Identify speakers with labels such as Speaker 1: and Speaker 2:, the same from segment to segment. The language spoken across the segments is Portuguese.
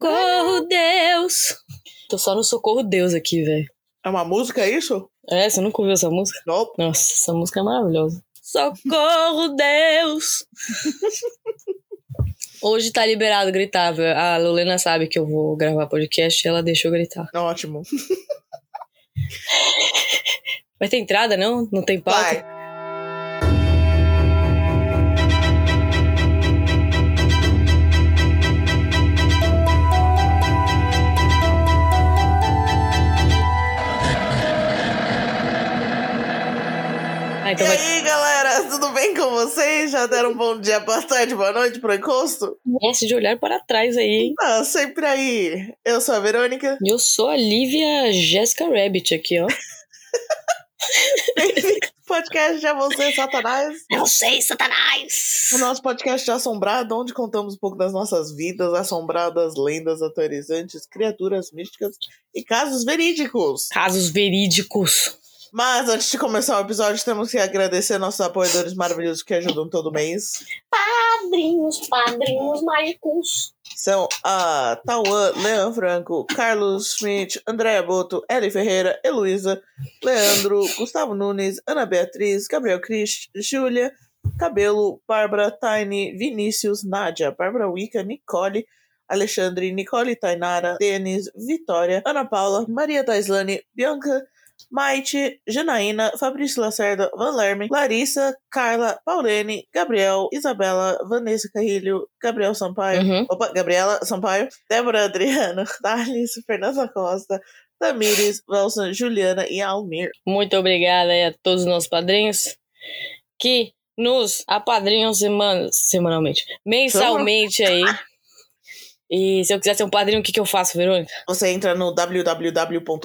Speaker 1: Socorro, Deus! Tô só no Socorro, Deus aqui, velho.
Speaker 2: É uma música isso?
Speaker 1: É, você nunca ouviu essa música?
Speaker 2: Não.
Speaker 1: Nossa, essa música é maravilhosa. Socorro, Deus! Hoje tá liberado gritar. velho. A Lulena sabe que eu vou gravar podcast e ela deixou eu gritar.
Speaker 2: Ótimo.
Speaker 1: Vai ter entrada, não? Não tem pauta?
Speaker 2: Vai.
Speaker 1: Ah,
Speaker 2: E
Speaker 1: então vai.
Speaker 2: aí, galera, tudo bem com vocês? Já deram um bom dia, boa tarde, boa noite pro encosto?
Speaker 1: Desce de olhar para trás aí, hein?
Speaker 2: Tá sempre aí. Eu sou a Verônica.
Speaker 1: E Eu sou a Lívia Jéssica Rabbit aqui, ó.
Speaker 2: Bem-vindo ao podcast de Você, Satanás.
Speaker 1: Eu sei, Satanás!
Speaker 2: O nosso podcast de Assombrado, onde contamos um pouco das nossas vidas assombradas, lendas aterrorizantes, criaturas místicas e casos verídicos.
Speaker 1: Casos verídicos.
Speaker 2: Mas antes de começar o episódio, temos que agradecer nossos apoiadores maravilhosos que ajudam todo mês.
Speaker 1: Padrinhos, padrinhos mágicos.
Speaker 2: São a Tauan, Leão Franco, Carlos Schmidt, Andréa Boto, Eli Ferreira, Heloísa, Leandro, Gustavo Nunes, Ana Beatriz, Gabriel Crist, Júlia, Cabelo, Bárbara, Tiny, Vinícius, Nádia, Bárbara Wicca, Nicole, Alexandre, Nicole Tainara, Denis, Vitória, Ana Paula, Maria Taislane, Bianca, Maite, Janaína, Fabrício Lacerda, Valerme, Larissa, Carla, Paulene, Gabriel, Isabela, Vanessa Carrilho, Gabriel Sampaio,
Speaker 1: Uhum.
Speaker 2: Opa, Gabriela Sampaio, Débora Adriano, Thales, Fernanda Costa, Tamires, Velson, Juliana e Almir.
Speaker 1: Muito obrigada aí a todos os nossos padrinhos que nos apadrinham semana, semanalmente, mensalmente aí. E se eu quiser ser um padrinho, o que, que eu faço, Verônica?
Speaker 2: Você entra no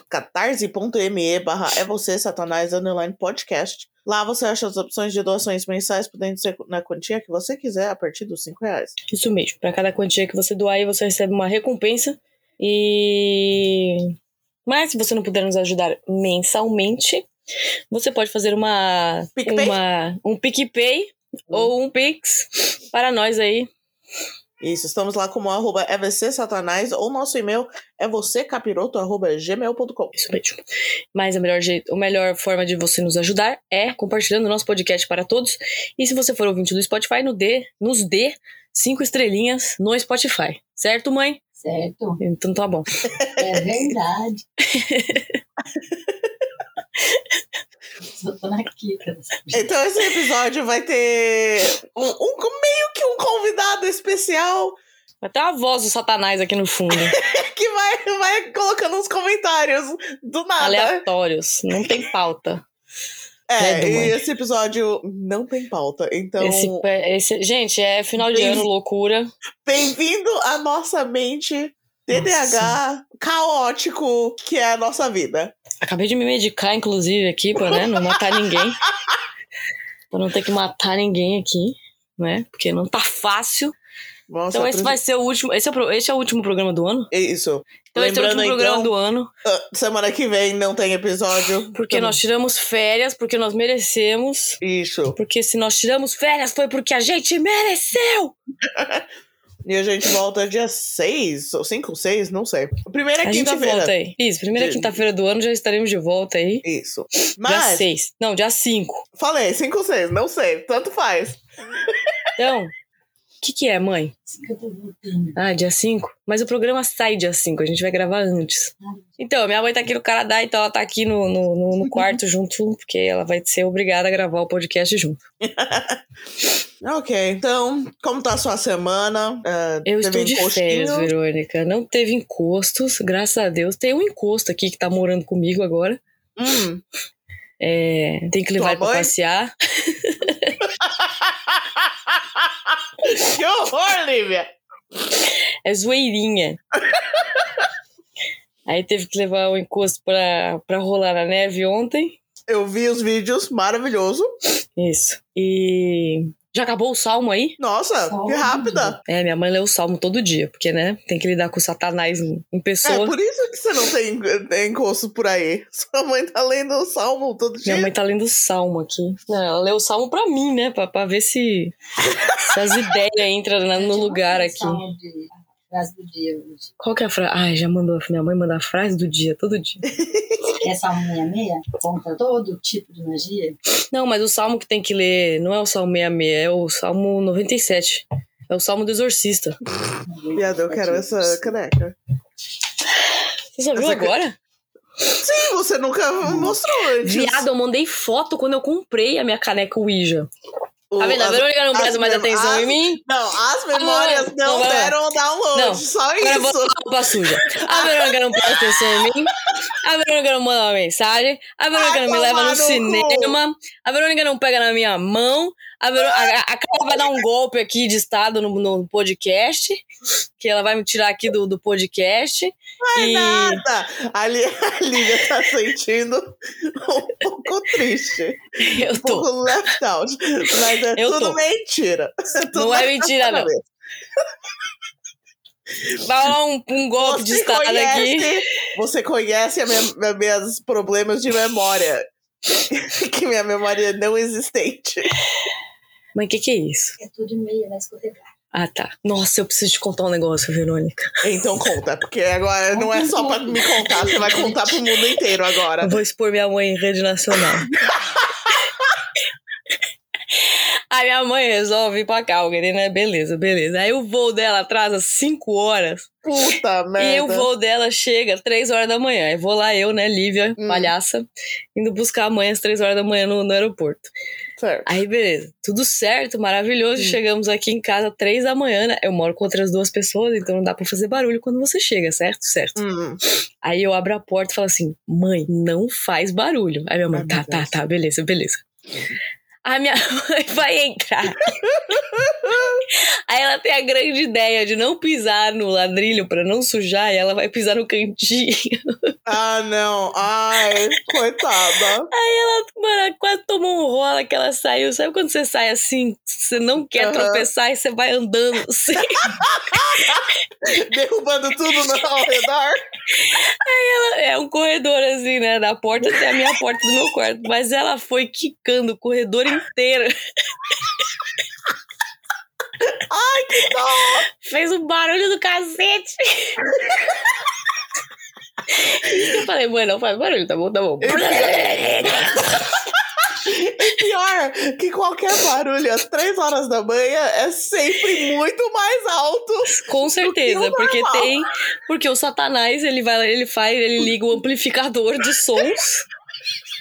Speaker 2: www.catarse.me barra é você, satanás, underline podcast. Lá você acha as opções de doações mensais, podendo ser na quantia que você quiser, a partir dos 5 reais.
Speaker 1: Isso mesmo. Pra cada quantia que você doar aí, você recebe uma recompensa. E. Mas se você não puder nos ajudar mensalmente, você pode fazer uma.
Speaker 2: PicPay?
Speaker 1: uma um PicPay ou um Pix para nós aí.
Speaker 2: Isso, estamos lá como arroba é você, satanás, ou nosso e-mail é vocêcapiroto, arroba gmail.com.
Speaker 1: Isso mesmo. Mas a melhor, jeito, a melhor forma de você nos ajudar é compartilhando o nosso podcast para todos. E se você for ouvinte do Spotify, no dê, nos dê cinco estrelinhas no Spotify. Certo, mãe?
Speaker 3: Certo,
Speaker 1: Então tá bom.
Speaker 3: é verdade. Só tô na quica.
Speaker 2: Então esse episódio vai ter um, um- meio que um convidado especial
Speaker 1: Vai ter uma voz do Satanás aqui no fundo.
Speaker 2: que vai, vai colocando uns comentários do nada.
Speaker 1: Aleatórios. Não tem pauta.
Speaker 2: É,
Speaker 1: Credo,
Speaker 2: e
Speaker 1: mãe.
Speaker 2: esse episódio não tem pauta. Então,
Speaker 1: né, Esse- esse- gente, é final de
Speaker 2: Bem-
Speaker 1: ano, loucura.
Speaker 2: bem-vindo à nossa mente TDAH caótico, que é a nossa vida.
Speaker 1: Acabei de me medicar, inclusive, aqui, pra né, não matar ninguém. pra não ter que matar ninguém aqui, né? Porque não tá fácil.
Speaker 2: Nossa,
Speaker 1: Então esse vai ser o último. Esse é o, pro- esse é o último programa do ano?
Speaker 2: é Isso.
Speaker 1: Então esse é o
Speaker 2: Lembrando,
Speaker 1: último programa
Speaker 2: então,
Speaker 1: do ano.
Speaker 2: ah, semana que vem não tem episódio.
Speaker 1: Porque
Speaker 2: Então,
Speaker 1: nós tiramos férias, porque nós merecemos.
Speaker 2: Isso.
Speaker 1: Porque se nós tiramos férias foi porque a gente mereceu!
Speaker 2: E a gente volta dia 6, ou 5, 6, não sei. Primeira
Speaker 1: a gente volta
Speaker 2: É quinta-feira.
Speaker 1: aí. Isso, primeira
Speaker 2: De-
Speaker 1: quinta-feira do ano já estaremos de volta aí.
Speaker 2: Isso.
Speaker 1: Dia
Speaker 2: Mas,
Speaker 1: 6. Não, dia 5.
Speaker 2: falei, 5 ou 6, não sei, tanto faz.
Speaker 1: Então, o que, que é, mãe?
Speaker 3: Assim que eu tô voltando.
Speaker 1: Ah, dia 5? Mas o programa sai dia 5, a gente vai gravar antes. Então, minha mãe tá aqui no Canadá, então ela tá aqui no, no, no- no quarto junto, porque ela vai ser obrigada a gravar o podcast junto.
Speaker 2: Ok, então, como tá a sua semana? Ah,
Speaker 1: Eu
Speaker 2: teve
Speaker 1: estou de
Speaker 2: encostinho?
Speaker 1: férias, Verônica. Não teve encostos, graças a Deus. Tem um encosto aqui que tá morando comigo agora.
Speaker 2: Hum.
Speaker 1: É, tem que levar
Speaker 2: Tua
Speaker 1: ele pra
Speaker 2: mãe?
Speaker 1: passear.
Speaker 2: que horror, Lívia!
Speaker 1: É zoeirinha. Aí teve que levar o encosto pra, pra rolar na neve ontem.
Speaker 2: Eu vi os vídeos, maravilhoso.
Speaker 1: Isso. E. Já acabou o salmo aí?
Speaker 2: Nossa,
Speaker 3: Salve.
Speaker 2: que rápida!
Speaker 1: É, minha mãe lê o salmo todo dia, porque, né, tem que lidar com o satanás em em
Speaker 2: É
Speaker 1: pessoa.
Speaker 2: por isso que você não tem tem encosto por aí. Sua mãe tá lendo o salmo todo dia.
Speaker 1: minha mãe tá lendo o salmo aqui. Não, ela lê o salmo pra mim,
Speaker 2: É tipo um
Speaker 1: né, pra, pra ver se, se as ideias entram na- no lugar aqui.
Speaker 3: Salmo de- frase do dia hoje.
Speaker 1: Qual que é a frase? Ai, já mandou. Minha mãe manda a frase do dia, todo dia.
Speaker 3: Essa minha meia conta todo tipo de magia.
Speaker 1: Não, mas o salmo que tem que ler não é o salmo 66, é o salmo 97. É o salmo do exorcista.
Speaker 2: Viado, eu quero essa caneca.
Speaker 1: Você só viu
Speaker 2: Essa que-
Speaker 1: agora?
Speaker 2: Sim, você nunca mostrou antes.
Speaker 1: Viado, eu mandei foto quando eu comprei a minha caneca Ouija.
Speaker 2: O-
Speaker 1: Tá vendo? A
Speaker 2: as-
Speaker 1: Verônica não
Speaker 2: as
Speaker 1: presta mais
Speaker 2: mem-
Speaker 1: atenção
Speaker 2: as-
Speaker 1: em mim.
Speaker 2: Não, as memórias não,
Speaker 1: não, vai lá.
Speaker 2: deram download,
Speaker 1: Não.
Speaker 2: só
Speaker 1: Agora eu vou
Speaker 2: isso.
Speaker 1: lavar
Speaker 2: é
Speaker 1: a roupa suja. A Verônica não presta atenção em mim. A Verônica não manda uma mensagem. A Verônica
Speaker 2: Vai
Speaker 1: não me leva
Speaker 2: tomar
Speaker 1: no
Speaker 2: no cu.
Speaker 1: cinema. A Verônica não pega na minha mão. A, Verô- a- a Carla vai dar um golpe aqui de estado no, no podcast. Que ela vai me tirar aqui do, do podcast.
Speaker 2: Ai,
Speaker 1: e...
Speaker 2: nada. A, Li- a Lívia tá sentindo um pouco triste.
Speaker 1: Eu
Speaker 2: Um
Speaker 1: tô.
Speaker 2: pouco left out. Mas é
Speaker 1: Eu
Speaker 2: tudo
Speaker 1: tô.
Speaker 2: mentira. É tudo
Speaker 1: Não é mentira, não.
Speaker 2: cabeça.
Speaker 1: Vai rolar um, um golpe de
Speaker 2: Você
Speaker 1: estado aqui.
Speaker 2: conhece, você conhece a minha, meus problemas de memória. que minha memória é não existente.
Speaker 1: Mas o que, que é isso?
Speaker 3: É tudo meia, vai escorregar.
Speaker 1: Ah, tá. Nossa, eu preciso te contar um negócio, Verônica.
Speaker 2: Então conta, porque agora não é só pra me contar, você vai contar pro mundo inteiro agora.
Speaker 1: Eu vou expor minha mãe em rede nacional. A minha mãe resolve ir pra Calgary, né? Beleza, beleza. Aí o voo dela atrasa 5 horas.
Speaker 2: Puta merda.
Speaker 1: E o voo dela chega 3 horas da manhã. Aí vou lá eu, né, Lívia,
Speaker 2: Hum.
Speaker 1: palhaça, indo buscar a mãe às 3 horas da manhã no, no aeroporto.
Speaker 2: Certo.
Speaker 1: Aí, beleza. Tudo certo, maravilhoso.
Speaker 2: Hum.
Speaker 1: Chegamos aqui em casa 3 da manhã. né? Eu moro com outras duas pessoas, então não dá pra fazer barulho quando você chega, certo? Certo.
Speaker 2: Hum.
Speaker 1: Aí eu abro a porta e falo assim: mãe, não faz barulho. Aí minha mãe,
Speaker 2: Ai, Ah,
Speaker 1: tá,
Speaker 2: meu
Speaker 1: tá,
Speaker 2: Deus.
Speaker 1: tá, beleza, beleza. A minha mãe vai entrar. Aí ela tem a grande ideia de não pisar no ladrilho pra não sujar e ela vai pisar no cantinho.
Speaker 2: Ah, não. Ai, coitada.
Speaker 1: Mano, ela quase tomou um rola que ela saiu. Sabe quando você sai assim? Você não quer
Speaker 2: Aham.
Speaker 1: tropeçar e você vai andando assim.
Speaker 2: Derrubando tudo no- ao redor.
Speaker 1: É um corredor assim, né? Da porta até a minha porta do meu quarto. Mas ela foi quicando o corredor inteiro.
Speaker 2: Não.
Speaker 1: Fez um barulho do cacete. eu falei, mãe, não faz barulho, tá bom, tá bom.
Speaker 2: Pior que qualquer barulho às três horas da manhã é sempre muito mais alto.
Speaker 1: Com certeza,
Speaker 2: normal.
Speaker 1: porque tem. Porque o Satanás, ele vai, ele faz, ele liga o amplificador de sons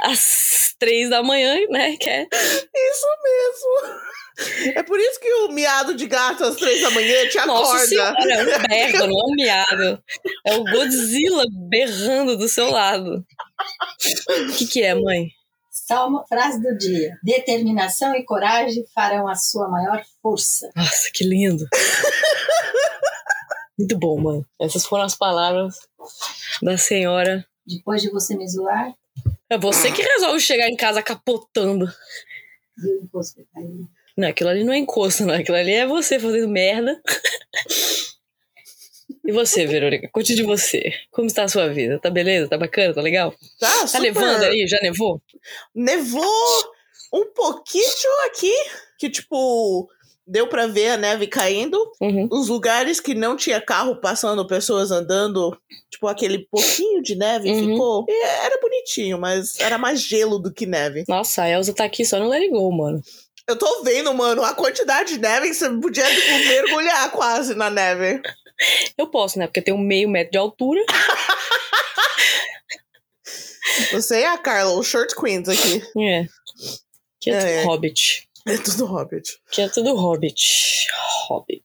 Speaker 1: às três da manhã, né? Que é.
Speaker 2: Isso mesmo. É por isso que o miado de gato às três da manhã te
Speaker 1: Nossa
Speaker 2: acorda.
Speaker 1: senhora, é um berro, não é um miado. É o Godzilla berrando do seu lado. O que, que é, mãe?
Speaker 3: Salmo, frase do dia. Determinação e coragem farão a sua maior força.
Speaker 1: Nossa, que lindo. Muito bom, mãe. Essas foram as palavras da senhora.
Speaker 3: Depois de você me zoar,
Speaker 1: É você que resolve chegar em casa capotando.
Speaker 3: eu vou hospital.
Speaker 1: Não, aquilo ali não é encosto, não. Aquilo ali é você fazendo merda. E você, Verônica? Conte de você. Como está a sua vida? Tá beleza? Tá bacana? Tá legal?
Speaker 2: Tá,
Speaker 1: Tá
Speaker 2: super.
Speaker 1: levando aí? Já nevou?
Speaker 2: Nevou um pouquinho aqui, que tipo, deu pra ver a neve caindo.
Speaker 1: Uhum.
Speaker 2: os lugares que não tinha carro passando, pessoas andando, tipo aquele pouquinho de neve
Speaker 1: Uhum.
Speaker 2: ficou. E era bonitinho, mas era mais gelo do que neve.
Speaker 1: Nossa, a Elsa tá aqui só no Let It Go, mano.
Speaker 2: Eu tô vendo, mano, a quantidade de neve que você podia tipo, mergulhar quase na neve.
Speaker 1: Eu posso, né? Porque tem um meio metro de altura.
Speaker 2: Você e a Carla, o Short Queens aqui.
Speaker 1: É. Que é tudo
Speaker 2: É.
Speaker 1: hobbit.
Speaker 2: É tudo Hobbit.
Speaker 1: Que é tudo Hobbit. Hobbit.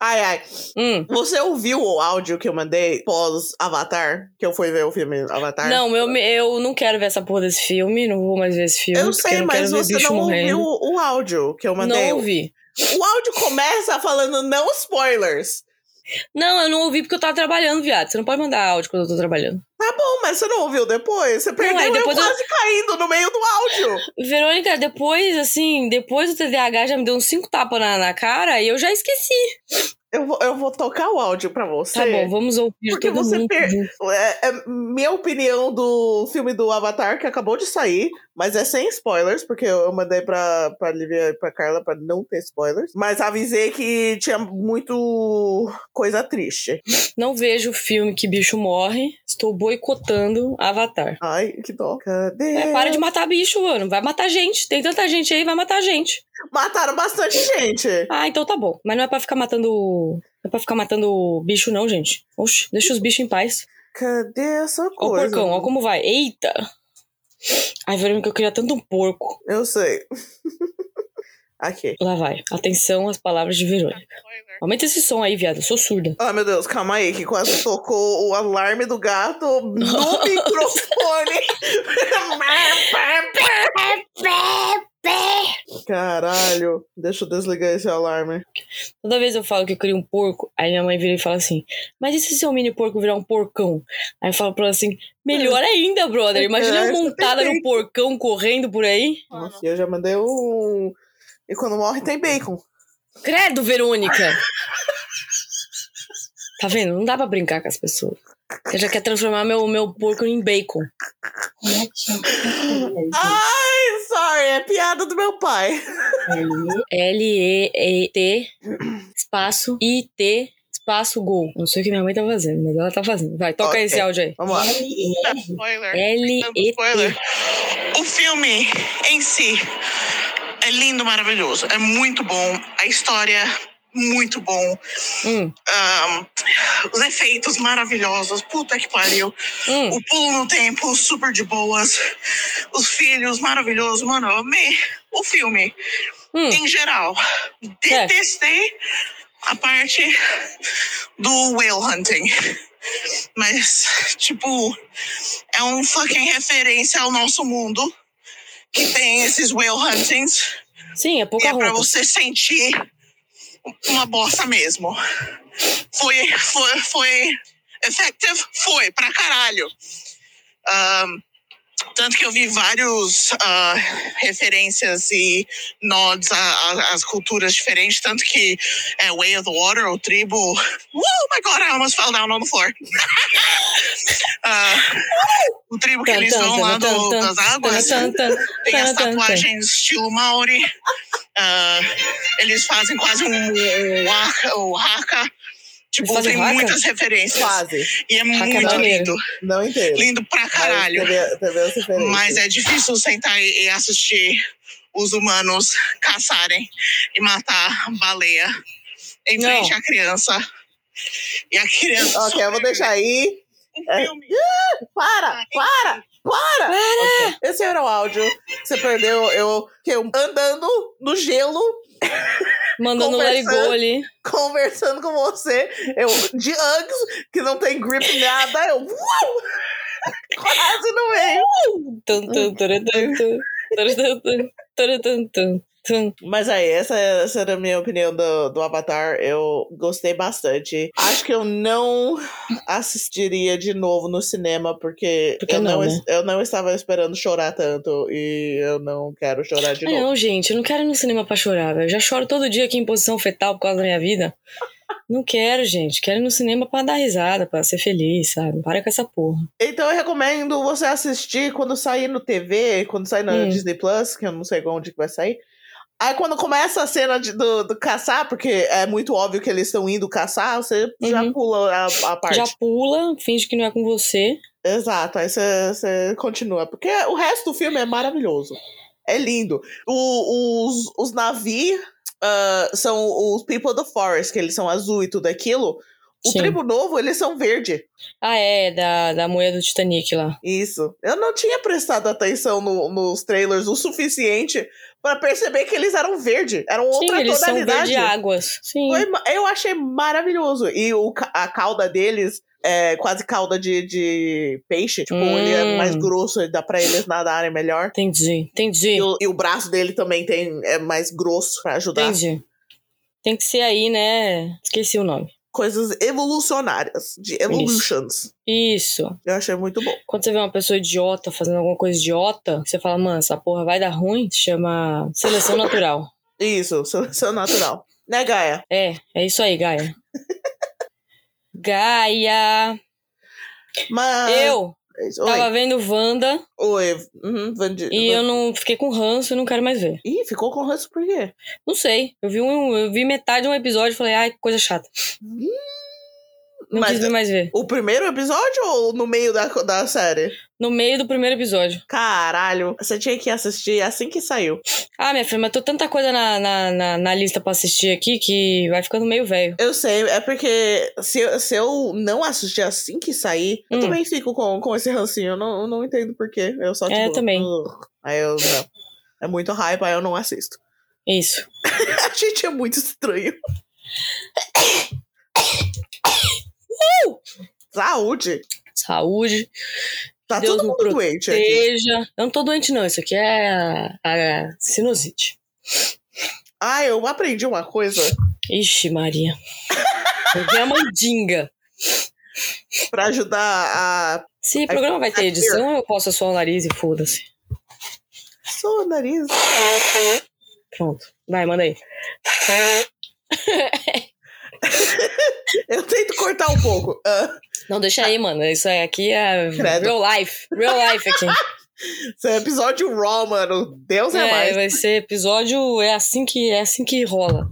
Speaker 2: Ai, ai.
Speaker 1: Hum.
Speaker 2: Você ouviu o áudio que eu mandei pós-Avatar? Que eu fui ver o filme Avatar?
Speaker 1: Não, eu, me- eu não quero ver essa porra desse filme. Não vou mais ver esse filme.
Speaker 2: Eu não
Speaker 1: porque
Speaker 2: sei,
Speaker 1: não quero
Speaker 2: mas
Speaker 1: ver
Speaker 2: você
Speaker 1: bicho
Speaker 2: não
Speaker 1: morrendo.
Speaker 2: ouviu o áudio que eu mandei.
Speaker 1: Não ouvi.
Speaker 2: O áudio começa falando não spoilers.
Speaker 1: Não, eu não ouvi porque eu tava trabalhando, viado. Você não pode mandar áudio quando eu tô trabalhando.
Speaker 2: Tá bom, mas você não ouviu depois? Você perdeu
Speaker 1: aí
Speaker 2: eu
Speaker 1: depois eu-
Speaker 2: quase caindo no meio do áudio.
Speaker 1: Verônica, depois, assim, depois do TDAH já me deu uns cinco tapas na, na cara e eu já esqueci.
Speaker 2: Eu vou, eu vou tocar o áudio pra você.
Speaker 1: Tá bom, vamos ouvir
Speaker 2: Porque
Speaker 1: todo
Speaker 2: você
Speaker 1: mundo.
Speaker 2: per- É, é minha opinião do filme do Avatar que acabou de sair,
Speaker 4: Mas é sem spoilers, porque eu eu mandei pra, pra Lívia e pra Carla pra não ter spoilers. Mas avisei que tinha muito coisa triste.
Speaker 1: Não vejo o filme que bicho morre. Estou boicotando Avatar.
Speaker 4: Ai, que dó. Cadê?
Speaker 1: É, para de matar bicho, mano. Vai matar gente. Tem tanta gente aí, vai matar gente.
Speaker 4: Mataram bastante gente.
Speaker 1: Ah, então tá bom. Mas não é pra ficar matando. Não é pra ficar matando bicho, não, gente. Oxe, deixa os bichos em paz.
Speaker 4: Cadê essa
Speaker 1: Ó o
Speaker 4: coisa? né?
Speaker 1: porcão, ó como vai. Eita! Ai, Verônica, eu queria tanto um porco.
Speaker 4: Eu sei. Aqui.
Speaker 1: Lá vai. Atenção às palavras de Verônica. Aumenta esse som aí, viado. Eu sou surda.
Speaker 4: Ah, meu Deus, calma aí, que quase tocou o alarme do gato no microfone. Caralho, deixa eu desligar esse alarme.
Speaker 1: Toda vez eu falo que eu queria um porco, aí minha mãe vira e fala assim: Mas e se seu mini porco virar um porcão? Aí eu falo pra ela assim: Melhor ainda, brother. Imagina eu
Speaker 4: É. Essa
Speaker 1: montada num
Speaker 4: perfeita.
Speaker 1: porcão correndo por aí.
Speaker 4: Nossa, e eu já mandei um. E quando morre, tem bacon.
Speaker 1: Credo, Verônica! Tá vendo? Não dá pra brincar com as pessoas. Você já quer transformar meu, meu porco em bacon.
Speaker 3: Como é que chama? é
Speaker 4: Ai, sorry, é piada do meu pai.
Speaker 3: Aí,
Speaker 1: L-E-E-T espaço I-T espaço gol. Não sei o que minha mãe tá fazendo, mas ela tá fazendo. Vai, toca
Speaker 4: Ok.
Speaker 1: esse áudio aí.
Speaker 4: Vamos
Speaker 2: Ah,
Speaker 4: lá.
Speaker 3: L-E-R.
Speaker 2: Spoiler.
Speaker 1: L-E-T.
Speaker 2: Spoiler. O filme em si é lindo, maravilhoso. É muito bom. A história, muito bom.
Speaker 1: Hum,
Speaker 2: Ahn, os efeitos maravilhosos. Puta que pariu.
Speaker 1: hum.
Speaker 2: O pulo no tempo, super de boas. Os filhos, maravilhoso. Mano, eu amei o filme.
Speaker 1: Hum.
Speaker 2: Em geral,
Speaker 1: É,
Speaker 2: detestei a parte do whale hunting. Mas, tipo, é um fucking referência ao nosso mundo que tem esses whale huntings.
Speaker 1: Sim, é
Speaker 2: E
Speaker 1: pouca
Speaker 2: é pra
Speaker 1: roupa.
Speaker 2: você sentir uma bosta mesmo. Foi, foi, foi effective? Foi, pra caralho. Ahn, tanto que eu vi vários ah, referências e nods a- a- às culturas diferentes, tanto que é, Way of the Water, ou Tribo. Oh my god, I almost fell down on the floor. Ah, o tribo que
Speaker 1: Tan,
Speaker 2: eles
Speaker 1: tan,
Speaker 2: vão
Speaker 1: tan,
Speaker 2: lá
Speaker 1: tan,
Speaker 2: do-
Speaker 1: tan,
Speaker 2: das águas.
Speaker 1: tan, tan,
Speaker 2: Tem as
Speaker 1: tan, tan, tan.
Speaker 2: tatuagens estilo Maori. Ah, eles fazem quase um, um, haka- um haka.
Speaker 1: Eles
Speaker 2: Tipo,
Speaker 1: fazem
Speaker 2: tem
Speaker 1: haka?
Speaker 2: muitas referências.
Speaker 4: Quase.
Speaker 2: E é muito
Speaker 1: maneiro.
Speaker 2: lindo.
Speaker 4: Não inteiro.
Speaker 2: Lindo pra caralho.
Speaker 4: Mas Teve, teve as referências.
Speaker 2: Mas é difícil sentar e e assistir os humanos caçarem e matar baleia em
Speaker 1: Não.
Speaker 2: frente à criança. E a criança.
Speaker 4: Ok, eu vou deixar aí. É. Ah,
Speaker 2: sobrevive. Um filme. Ah,
Speaker 4: Para! Para! Para! Ok,
Speaker 2: É.
Speaker 4: Esse era o áudio que você perdeu. Eu, que eu andando no gelo,
Speaker 1: Mandando o Larry
Speaker 4: Conversando.
Speaker 1: Go ali.
Speaker 4: conversando com você. Eu de Uggs, que não tem grip nada. Eu uau! quase no meio.
Speaker 1: Tan, tan, taran, tan, tan. Taran, tan, tan, taran, tan, tan, tan.
Speaker 4: Mas aí, essa, essa era a minha opinião do, do Avatar. Eu gostei bastante. Acho que eu não assistiria de novo no cinema, porque,
Speaker 1: Porque
Speaker 4: eu,
Speaker 1: não,
Speaker 4: não,
Speaker 1: né?
Speaker 4: es- eu não estava esperando chorar tanto. E eu não quero chorar de
Speaker 1: Ah,
Speaker 4: novo.
Speaker 1: não, gente, eu não quero ir no cinema pra chorar, velho. Eu já choro todo dia aqui em posição fetal por causa da minha vida. Não quero, gente. Quero ir no cinema pra dar risada, pra ser feliz, sabe? Para com essa porra.
Speaker 4: Então eu recomendo você assistir quando sair no TV, quando sair na
Speaker 1: Hum.
Speaker 4: Disney Plus, que eu não sei onde que vai sair. Aí quando começa a cena de- do, do caçar, porque é muito óbvio que eles estão indo caçar, você já
Speaker 1: Uhum.
Speaker 4: pula a, a parte.
Speaker 1: Já pula, finge que não é com você.
Speaker 4: Exato, aí você, você continua. Porque o resto do filme é maravilhoso. É lindo. O- os, os navios são os People of the Forest, que eles são azul e tudo aquilo. O
Speaker 1: Sim.
Speaker 4: Tribo Novo, eles são verde.
Speaker 1: Ah, é, da, da moeda do Titanic lá.
Speaker 4: Isso. Eu não tinha prestado atenção no- nos trailers o suficiente pra perceber que eles eram verde. Eram outra
Speaker 1: Sim, eles são
Speaker 4: tonalidade.
Speaker 1: verde águas. Sim.
Speaker 4: Foi ma- eu achei maravilhoso. E o, ca- a cauda deles é quase cauda de, de peixe. Tipo,
Speaker 1: Hum.
Speaker 4: ele é mais grosso, dá pra eles nadarem melhor.
Speaker 1: Entendi, entendi.
Speaker 4: E o, e o braço dele também tem, é mais grosso pra ajudar.
Speaker 1: Entendi. Tem que ser aí, né? Esqueci o nome.
Speaker 4: Coisas evolucionárias, de evolutions.
Speaker 1: Isso.
Speaker 4: Eu achei muito bom.
Speaker 1: Quando você vê uma pessoa idiota fazendo alguma coisa idiota, você fala, mano, essa porra vai dar ruim. Se chama seleção natural.
Speaker 4: Isso, seleção natural. Né, Gaia?
Speaker 1: É, é isso aí, Gaia. Gaia!
Speaker 4: Mas.
Speaker 1: Eu
Speaker 4: É isso. Oi.
Speaker 1: Tava vendo Wanda
Speaker 4: Oi. Uhum, Vandi...
Speaker 1: e eu não fiquei com ranço e não quero mais ver.
Speaker 4: Ih, ficou com ranço por quê?
Speaker 1: Não sei. Eu vi, um, eu vi metade de um episódio e falei, ai, que coisa chata. Não
Speaker 4: Hum, Mas é-
Speaker 1: quis mais ver.
Speaker 4: o primeiro episódio ou no meio da, da série?
Speaker 1: No meio do primeiro episódio.
Speaker 4: Caralho, você tinha que assistir assim que saiu.
Speaker 1: Ah, minha filha, mas tô tanta coisa na, na, na, na lista pra assistir aqui que vai ficando meio velho.
Speaker 4: Eu sei, é porque se, eu- se eu não assistir assim que sair, eu
Speaker 1: Hum.
Speaker 4: também fico com, com esse rancinho. Eu não, eu não entendo por quê. Eu só,
Speaker 1: É,
Speaker 4: tipo,
Speaker 1: eu também.
Speaker 4: "Ugh". Aí eu não. É muito hype, aí eu não assisto.
Speaker 1: Isso.
Speaker 4: A gente é muito estranho. Saúde!
Speaker 1: Saúde.
Speaker 4: Tá
Speaker 1: Deus
Speaker 4: todo
Speaker 1: me
Speaker 4: mundo doente aqui.
Speaker 1: Seja. Eu não tô doente, não. Isso aqui é a, a sinusite.
Speaker 4: Ah, eu aprendi uma coisa
Speaker 1: Ixi, Maria. Eu dei a mandinga.
Speaker 4: pra ajudar a.
Speaker 1: Se o programa vai ter edição, eu posso assoar o nariz e foda-se.
Speaker 4: Sou o nariz.
Speaker 1: Pronto. Vai, manda aí.
Speaker 4: Eu tento cortar um pouco. Ah,
Speaker 1: Não, deixa aí, mano. Isso aí aqui é
Speaker 4: Credo.
Speaker 1: real life. Real life aqui.
Speaker 4: esse é episódio raw, mano. Deus é,
Speaker 1: É,
Speaker 4: mais.
Speaker 1: vai ser episódio. É assim que é assim que rola.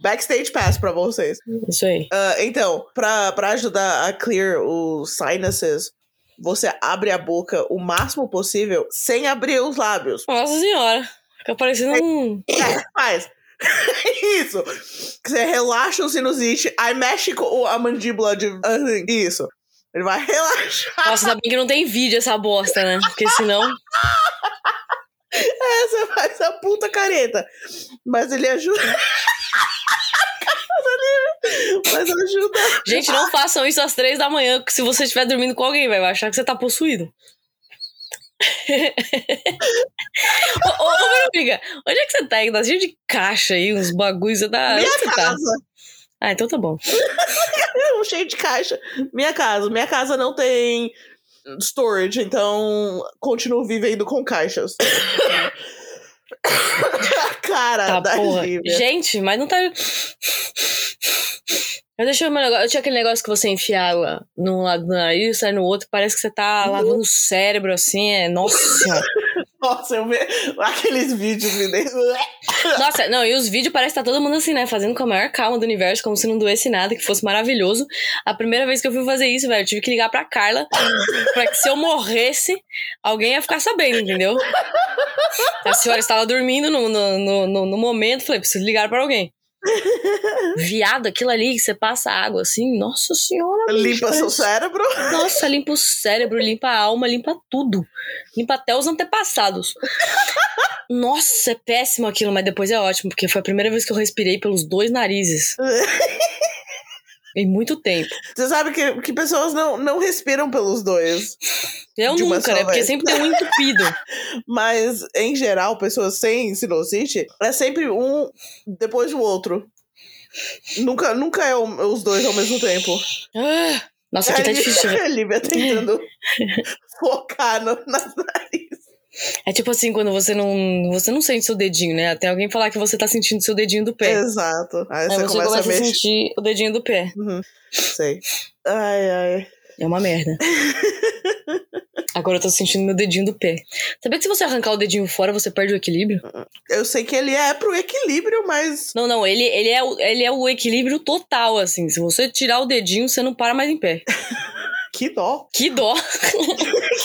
Speaker 4: Backstage pass pra vocês.
Speaker 1: Isso aí.
Speaker 4: Ah, então, pra, pra ajudar a clear os sinuses, você abre a boca o máximo possível sem abrir os lábios.
Speaker 1: Nossa senhora. Fica parecendo um.
Speaker 4: É, faz. Isso. Você relaxa o sinusite, aí mexe com o- a mandíbula de. assim, Isso. Ele vai relaxar.
Speaker 1: Nossa, ainda bem que não tem vídeo essa bosta, né? Porque senão.
Speaker 4: É, você faz a puta careta. Mas ele ajuda. Mas ajuda.
Speaker 1: Gente, não façam isso às três da manhã, que se você estiver dormindo com alguém, vai vai achar que você tá possuído. ô, ô, ô, Verônica, onde é que você tá? aí? Tá cheio de caixa aí, uns bagulhos. Você tá... Onde você
Speaker 4: Minha
Speaker 1: tá?
Speaker 4: casa.
Speaker 1: Ah, então tá bom.
Speaker 4: Eu cheio de caixa. Minha casa. Minha casa não tem storage, então continuo vivendo com caixas. a cara
Speaker 1: Tá,
Speaker 4: da
Speaker 1: porra.
Speaker 4: Lívia.
Speaker 1: Gente, mas não tá. Eu deixei o meu negócio. Eu tinha aquele negócio que você enfiava num lado do nariz, sai no outro, parece que você tá
Speaker 4: Uhum.
Speaker 1: lavando o cérebro assim. É... Nossa senhora.
Speaker 4: Nossa, eu vejo aqueles vídeos me dei.
Speaker 1: Nossa, não, e os vídeos parece que tá todo mundo assim, né? Fazendo com a maior calma do universo, como se não doesse nada, que fosse maravilhoso. A primeira vez que eu fui fazer isso, velho, eu tive que ligar pra Carla pra que se eu morresse, alguém ia ficar sabendo, entendeu? A senhora estava dormindo no, no, no, no- no momento, falei, preciso ligar pra alguém. Viado, aquilo ali que você passa água assim, nossa senhora. bicho,
Speaker 4: Limpa seu
Speaker 1: parece-
Speaker 4: cérebro.
Speaker 1: nossa, limpa o cérebro, limpa a alma, limpa tudo. Limpa até os antepassados. Nossa, é péssimo aquilo, mas depois é ótimo, porque foi a primeira vez que eu respirei pelos dois narizes. em muito tempo.
Speaker 4: Você sabe que, que pessoas não, não respiram pelos dois.
Speaker 1: Eu
Speaker 4: De uma
Speaker 1: nunca,
Speaker 4: só
Speaker 1: né? Porque
Speaker 4: vez.
Speaker 1: sempre tem um entupido.
Speaker 4: Mas, em geral, pessoas sem sinusite, é sempre um depois do outro. Nunca, nunca é o- os dois ao mesmo tempo.
Speaker 1: Ah, Nossa, aqui tá
Speaker 4: A Lívia-
Speaker 1: difícil. né?
Speaker 4: A Lívia tentando focar no, nas nariz.
Speaker 1: É tipo assim, quando você não. Você não sente seu dedinho, né? Até alguém falar que você tá sentindo seu dedinho do pé.
Speaker 4: Exato.
Speaker 1: Aí
Speaker 4: Aí É, você, começa, a mexer.
Speaker 1: sentir o dedinho do pé.
Speaker 4: Sei. Ai, ai.
Speaker 1: É uma merda. Agora eu tô sentindo meu dedinho do pé. Sabia que se você arrancar o dedinho fora, você perde o equilíbrio?
Speaker 4: Eu sei que ele é pro equilíbrio, mas.
Speaker 1: Não, não, ele, ele, é, o, ele é o equilíbrio total, assim. Se você tirar o dedinho, você não para mais em pé.
Speaker 4: Que dó.
Speaker 1: Que dó!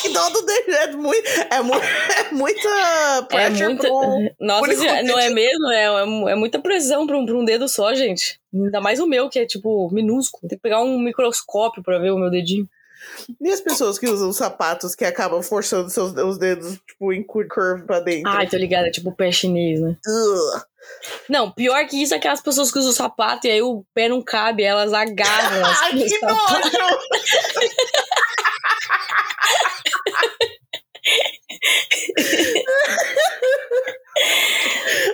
Speaker 4: Que dó do dedo. É, muito, é, mu- é muita
Speaker 1: É
Speaker 4: pressure
Speaker 1: muita.
Speaker 4: pro-
Speaker 1: Nossa,
Speaker 4: único
Speaker 1: senhora, não é mesmo? É, é mu- é muita pressão pra um, pra um dedo só, gente. Ainda mais o meu, que é, tipo, minúsculo. Tem que pegar um microscópio pra ver o meu dedinho.
Speaker 4: E as pessoas que usam sapatos que acabam forçando seus, os dedos, tipo, em cur- curve pra dentro?
Speaker 1: Ai, tô ligada, é tipo pé chinês, né?
Speaker 4: Ugh.
Speaker 1: Não, pior que isso é aquelas pessoas que usam sapato e aí o pé não cabe, elas agarram. as-
Speaker 4: Ai, que nojo!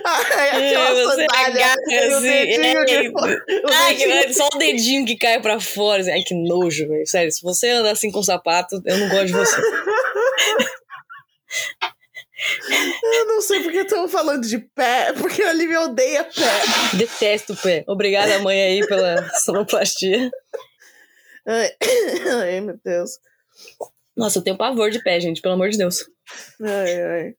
Speaker 4: Ai, aquela
Speaker 1: É, você
Speaker 4: sandália
Speaker 1: agarra
Speaker 4: tem o
Speaker 1: assim,
Speaker 4: dedinho
Speaker 1: é.
Speaker 4: de fora, o
Speaker 1: Ai, que
Speaker 4: dedinho-
Speaker 1: nojo, só o dedinho que cai pra fora. assim. Ai, que nojo, velho. Sério, se você andar assim com sapato, eu não gosto de você.
Speaker 4: Eu não sei porque estamos falando de pé, porque a Lívia odeia pé.
Speaker 1: Detesto o pé. Obrigada, mãe, aí, pela sonoplastia.
Speaker 4: Ai, ai, meu Deus.
Speaker 1: Nossa, eu tenho pavor de pé, gente, pelo amor de Deus.
Speaker 4: Ai, ai.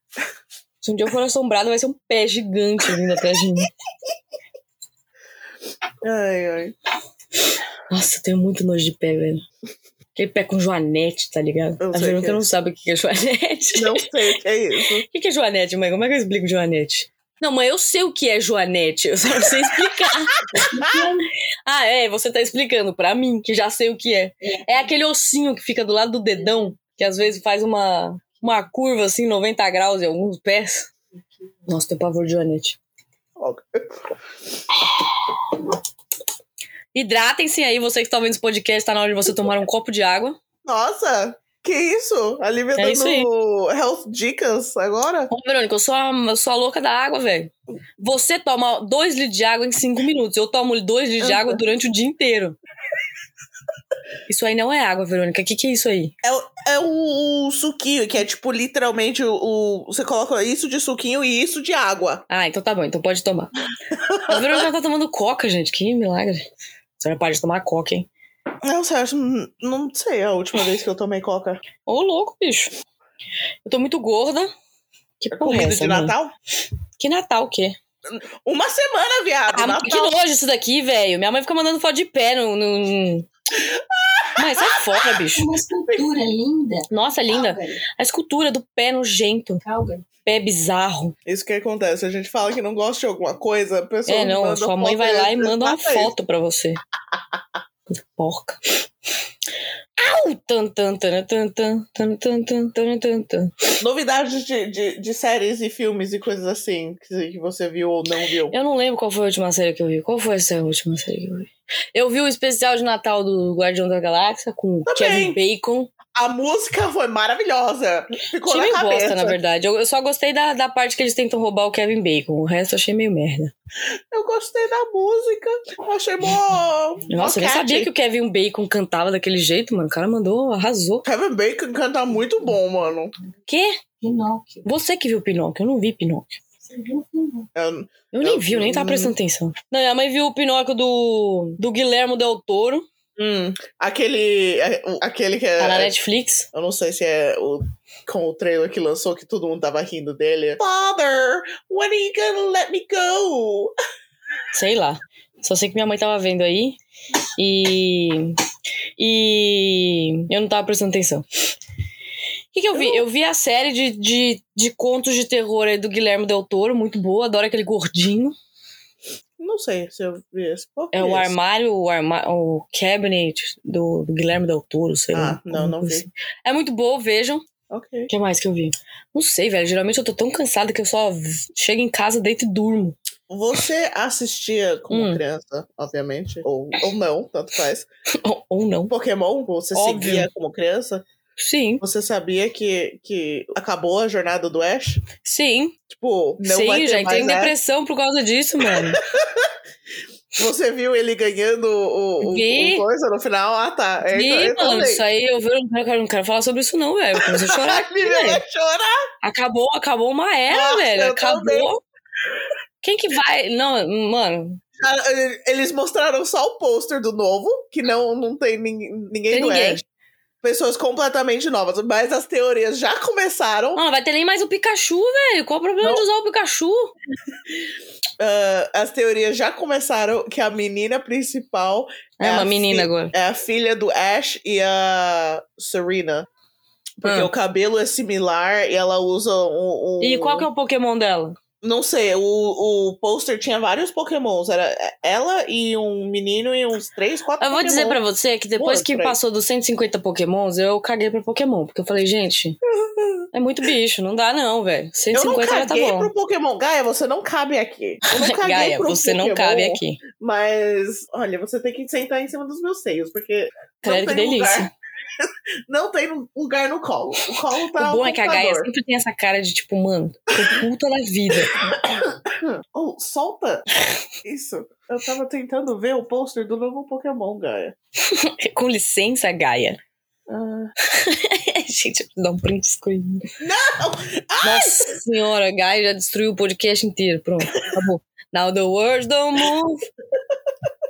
Speaker 1: Se um dia eu for assombrado, vai ser um pé gigante vindo atrás de mim.
Speaker 4: Ai, ai.
Speaker 1: Nossa, eu tenho muito nojo de pé, velho. Aquele pé com joanete, tá ligado?
Speaker 4: Eu
Speaker 1: A
Speaker 4: sei o que
Speaker 1: Verônica
Speaker 4: é.
Speaker 1: não sabe o que é joanete.
Speaker 4: Não sei o que é isso.
Speaker 1: O que que é joanete, mãe? Como é que eu explico joanete? Não, mãe, eu sei o que é joanete, eu só não sei explicar. ah, é, você tá explicando pra mim, que já sei o que é. É aquele ossinho que fica do lado do dedão, que às vezes faz uma, uma curva assim, 90 graus em alguns pés. Nossa, tenho pavor de joanete.
Speaker 4: Ó,
Speaker 1: Hidratem-se aí, você que tá ouvindo esse podcast, tá na hora de você tomar um copo de água.
Speaker 4: Nossa, que isso? Alimentando
Speaker 1: É isso aí.
Speaker 4: health dicas agora?
Speaker 1: Ô, Verônica, eu sou a, eu sou a louca da água, velho. Você toma dois litros de água em cinco minutos. Eu tomo dois litros de água
Speaker 4: Uhum.
Speaker 1: durante o dia inteiro. Isso aí não é água, Verônica. O que, que é isso aí?
Speaker 4: É, o- é o, o suquinho, que é tipo literalmente o, o- Você coloca isso de suquinho e isso de água.
Speaker 1: Ah, então tá bom. Então pode tomar. A Verônica tá tomando coca, gente. Que milagre. Você não para de tomar coca, hein?
Speaker 4: Não, Sérgio, n- não sei a última vez que eu tomei coca.
Speaker 1: Ô, louco, bicho. Eu tô muito gorda. Que porra é
Speaker 4: Comida
Speaker 1: essa,
Speaker 4: de
Speaker 1: mano?
Speaker 4: Natal?
Speaker 1: Que Natal o quê?
Speaker 4: Uma semana, viado. tá?
Speaker 1: Ah, que
Speaker 4: É Natal.
Speaker 1: nojo isso daqui, velho. Minha mãe fica mandando foto de pé no... no... Mas sai fora, bicho.
Speaker 3: é Uma escultura linda. Ah,
Speaker 1: Nossa, linda.
Speaker 3: Calgary,
Speaker 1: A escultura do pé nojento, um
Speaker 3: Calgary.
Speaker 1: pé bizarro.
Speaker 4: Isso que acontece. A gente fala que não gosta de alguma coisa, a pessoa.
Speaker 1: é, não,
Speaker 4: manda
Speaker 1: sua mãe
Speaker 4: foto
Speaker 1: vai lá e
Speaker 4: você tá
Speaker 1: manda uma
Speaker 4: mata
Speaker 1: foto pra você. Coisa Porca. Au! Tan, tan, tan, tan, tan, tan, tan, tan, tan, tan, tan.
Speaker 4: isso. Novidades de, de, de séries e filmes e coisas assim que, que você viu ou não viu.
Speaker 1: Eu não lembro qual foi a última série que eu vi. Qual foi essa última série que eu vi? Eu vi o especial de Natal do Guardião da Galáxia com o Kevin
Speaker 4: Também.
Speaker 1: Bacon.
Speaker 4: A música foi maravilhosa. Ficou
Speaker 1: Achei
Speaker 4: na
Speaker 1: meio
Speaker 4: cabeça.
Speaker 1: bosta, na verdade. Eu, eu só gostei da, da parte que eles tentam roubar o Kevin Bacon. O resto eu achei meio merda.
Speaker 4: Eu gostei da música. Achei mó.
Speaker 1: Nossa, eu nem sabia que o Kevin Bacon cantava daquele jeito, mano. O cara mandou, arrasou.
Speaker 4: Kevin Bacon canta muito bom, mano.
Speaker 1: Quê?
Speaker 3: Pinóquio.
Speaker 1: Você que viu Pinóquio, eu não vi Pinóquio.
Speaker 3: Você viu o Pinóquio?
Speaker 4: Eu-
Speaker 1: Eu nem
Speaker 4: Eu
Speaker 1: vi, eu nem tava
Speaker 4: vi.
Speaker 1: prestando atenção. Não, minha mãe viu o Pinóquio do, do Guilhermo Del Toro,
Speaker 4: hum, aquele. a- o- Aquele que
Speaker 1: tá na
Speaker 4: é.
Speaker 1: Netflix.
Speaker 4: Eu não sei se é o, com o trailer que lançou que todo mundo tava rindo dele. Father, when are you gonna let me go?
Speaker 1: Sei lá. Só sei que minha mãe tava vendo aí. E. E. Eu não tava prestando atenção. O que, que eu vi? Eu vi a série de, de, de contos de terror aí do Guilhermo Del Toro, muito boa, adoro aquele gordinho.
Speaker 4: Não sei se eu vi esse. Qual que
Speaker 1: É o
Speaker 4: esse?
Speaker 1: armário, o, arma, o cabinet do, do Guilherme Del Toro, sei lá.
Speaker 4: Ah, não, não vi.
Speaker 1: É muito boa, vejam.
Speaker 4: Ok.
Speaker 1: O que mais que eu vi? Não sei, velho. Geralmente eu tô tão cansada que eu só v- chego em casa, deito e durmo.
Speaker 4: Você assistia como
Speaker 1: Hum.
Speaker 4: criança, obviamente. Ou, ou não, tanto faz.
Speaker 1: Ou, ou não.
Speaker 4: Pokémon, você
Speaker 1: Óbvio.
Speaker 4: seguia como criança.
Speaker 1: Sim,
Speaker 4: Você sabia que, que acabou a jornada do Ash?
Speaker 1: sim.
Speaker 4: Tipo, não vai
Speaker 1: sim,
Speaker 4: ter
Speaker 1: já
Speaker 4: mais
Speaker 1: tenho
Speaker 4: Ash.
Speaker 1: depressão por causa disso, mano.
Speaker 4: Você viu ele ganhando o, o,
Speaker 1: Vi.
Speaker 4: o coisa no final? Ah, tá. É, então,
Speaker 1: e,
Speaker 4: eu
Speaker 1: mano,
Speaker 4: também.
Speaker 1: isso aí eu, vi- eu não quero, eu não quero falar sobre isso, não, velho. Eu comecei a chorar
Speaker 4: Ai,
Speaker 1: aqui, né?
Speaker 4: me
Speaker 1: velho.
Speaker 4: vai é chorar.
Speaker 1: Acabou, acabou uma era,
Speaker 4: Nossa,
Speaker 1: velho.
Speaker 4: eu
Speaker 1: Acabou.
Speaker 4: também.
Speaker 1: Quem que vai. Não, mano,
Speaker 4: Ah, ele- Eles mostraram só o pôster do novo, que não, não tem nin- ninguém
Speaker 1: Tem
Speaker 4: do
Speaker 1: ninguém.
Speaker 4: Ash. Pessoas completamente novas. Mas as teorias já começaram.
Speaker 1: mano, não vai ter nem mais o Pikachu, velho. Qual o problema de usar o Pikachu?
Speaker 4: ah, as teorias já começaram que a menina principal
Speaker 1: É,
Speaker 4: É
Speaker 1: uma
Speaker 4: assim.
Speaker 1: menina agora.
Speaker 4: é a filha do Ash e a Serena. Porque
Speaker 1: Ah.
Speaker 4: o cabelo é similar e ela usa um. um-
Speaker 1: E qual que é o Pokémon dela?
Speaker 4: Não sei, o, o pôster tinha vários pokémons. Era ela e um menino e uns três, quatro
Speaker 1: Eu vou dizer pra
Speaker 4: Pokémon.
Speaker 1: você que depois
Speaker 4: Boa,
Speaker 1: que
Speaker 4: por aí.
Speaker 1: passou dos 150 pokémons, eu caguei pra pokémon. Porque eu falei, gente, é muito bicho, não dá não, velho.
Speaker 4: Eu não
Speaker 1: 150 já tá
Speaker 4: caguei
Speaker 1: bom.
Speaker 4: pro Pokémon. Gaia, você não cabe aqui. Eu não caguei
Speaker 1: Gaia,
Speaker 4: pro
Speaker 1: você não
Speaker 4: Pokémon,
Speaker 1: cabe aqui.
Speaker 4: Mas, olha, você tem que sentar em cima dos meus seios, porque
Speaker 1: Credo, que
Speaker 4: tem lugar.
Speaker 1: delícia.
Speaker 4: não tem um lugar no colo. O colo tá.
Speaker 1: o bom é que a Gaia
Speaker 4: computador.
Speaker 1: sempre tem essa cara de tipo, mano, tô puta da vida. assim
Speaker 4: Oh, solta! Isso. Eu tava tentando ver o pôster do novo Pokémon, Gaia.
Speaker 1: Com licença, Gaia.
Speaker 4: Ah,
Speaker 1: gente, eu vou dar um print screen. Não! Nossa senhora, a Gaia já destruiu o podcast inteiro. Pronto, acabou. Now the world don't move.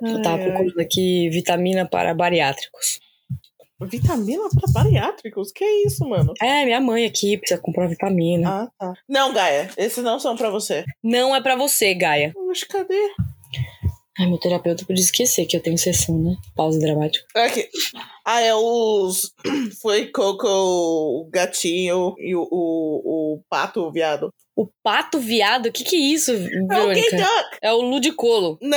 Speaker 1: Tá, Eu tava
Speaker 4: ai, ai.
Speaker 1: procurando aqui vitamina para bariátricos.
Speaker 4: Vitamina pra bariátricos? Que isso, mano?
Speaker 1: É, minha mãe aqui precisa comprar vitamina.
Speaker 4: Ah, tá. Não, Gaia, esses não são pra você.
Speaker 1: Não é pra você, Gaia.
Speaker 4: Mas cadê?
Speaker 1: Ai, meu terapeuta podia esquecer que eu tenho sessão, né? Pausa dramática.
Speaker 4: Aqui. Ah, é os. Foi Coco, o gatinho e o, o, o pato, o viado.
Speaker 1: O pato viado, o que que é isso,
Speaker 4: É o Gay
Speaker 1: Verônica?
Speaker 4: Duck!
Speaker 1: É o ludicolo.
Speaker 4: é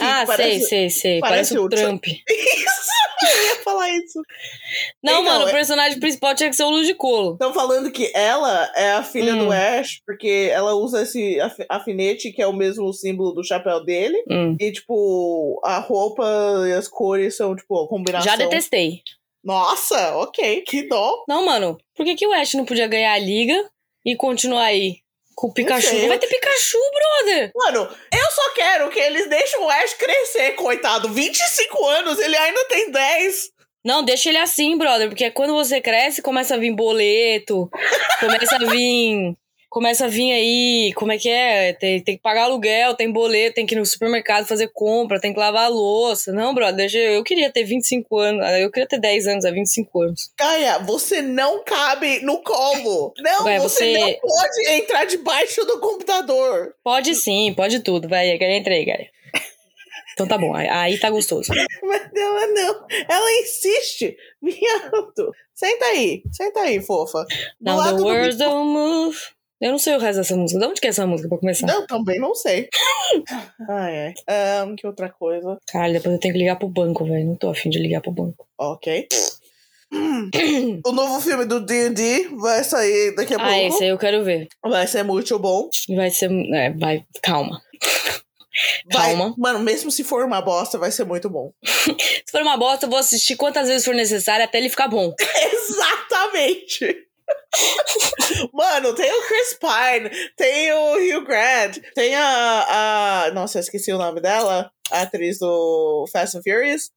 Speaker 1: Ah,
Speaker 4: parece.
Speaker 1: sei, sei, sei.
Speaker 4: parece
Speaker 1: Parece, o
Speaker 4: o
Speaker 1: Trump.
Speaker 4: Isso! Eu ia falar isso.
Speaker 1: Não,
Speaker 4: Então,
Speaker 1: mano,
Speaker 4: é-
Speaker 1: o personagem principal tinha que ser o ludicolo.
Speaker 4: Estão falando que ela é a filha
Speaker 1: Hum.
Speaker 4: do Ash, porque ela usa esse af- alfinete, que é o mesmo símbolo do chapéu dele.
Speaker 1: Hum.
Speaker 4: E, tipo, a roupa e as cores são, tipo, a combinação.
Speaker 1: Já detestei.
Speaker 4: Nossa, ok, que dó.
Speaker 1: Não, mano, por que, que o Ash não podia ganhar a liga e continuar aí com o Pikachu?
Speaker 4: sei.
Speaker 1: Não vai ter Pikachu, brother!
Speaker 4: Mano, eu só quero que eles deixem o Ash crescer, coitado. 25 anos, ele ainda tem 10.
Speaker 1: Não, deixa ele assim, brother, porque quando você cresce, começa a vir boleto, começa a vir. Começa a vir aí, como é que é? Tem, tem que pagar aluguel, tem boleto, tem que ir no supermercado fazer compra, tem que lavar a louça. Não, brother, deixa- eu queria ter 25 anos, eu queria ter 10 anos, há 25 anos.
Speaker 4: Gaia, você não cabe no colo. Não,
Speaker 1: Ué,
Speaker 4: você...
Speaker 1: você-
Speaker 4: não pode entrar debaixo do computador.
Speaker 1: Pode sim, pode tudo, vai, entra aí, cara. Então tá bom, aí- aí tá gostoso.
Speaker 4: Mas ela não. Ela insiste. Viado. Senta aí. Senta aí, fofa. Do
Speaker 1: Now
Speaker 4: lado
Speaker 1: the
Speaker 4: do
Speaker 1: world
Speaker 4: bicho.
Speaker 1: don't move. Eu não sei o resto dessa música. De onde que é essa música pra começar?
Speaker 4: Não, também não sei. ai, ai. Ahn, que outra coisa?
Speaker 1: Caralho, depois eu tenho que ligar pro banco, velho. Não tô afim de ligar pro banco.
Speaker 4: Ok. o novo filme do D&D vai sair daqui a
Speaker 1: Ah,
Speaker 4: pouco.
Speaker 1: esse aí eu quero ver.
Speaker 4: Vai ser muito bom.
Speaker 1: E vai ser. É, vai. Calma.
Speaker 4: Vai-
Speaker 1: Calma.
Speaker 4: Mano, mesmo se for uma bosta, vai ser muito bom.
Speaker 1: Se for uma bosta, eu vou assistir quantas vezes for necessário até ele ficar bom.
Speaker 4: Exatamente! Mano, tem o Chris Pine, tem o Hugh Grant, tem a, a. Nossa, eu esqueci o nome dela, a atriz do Fast and Furious.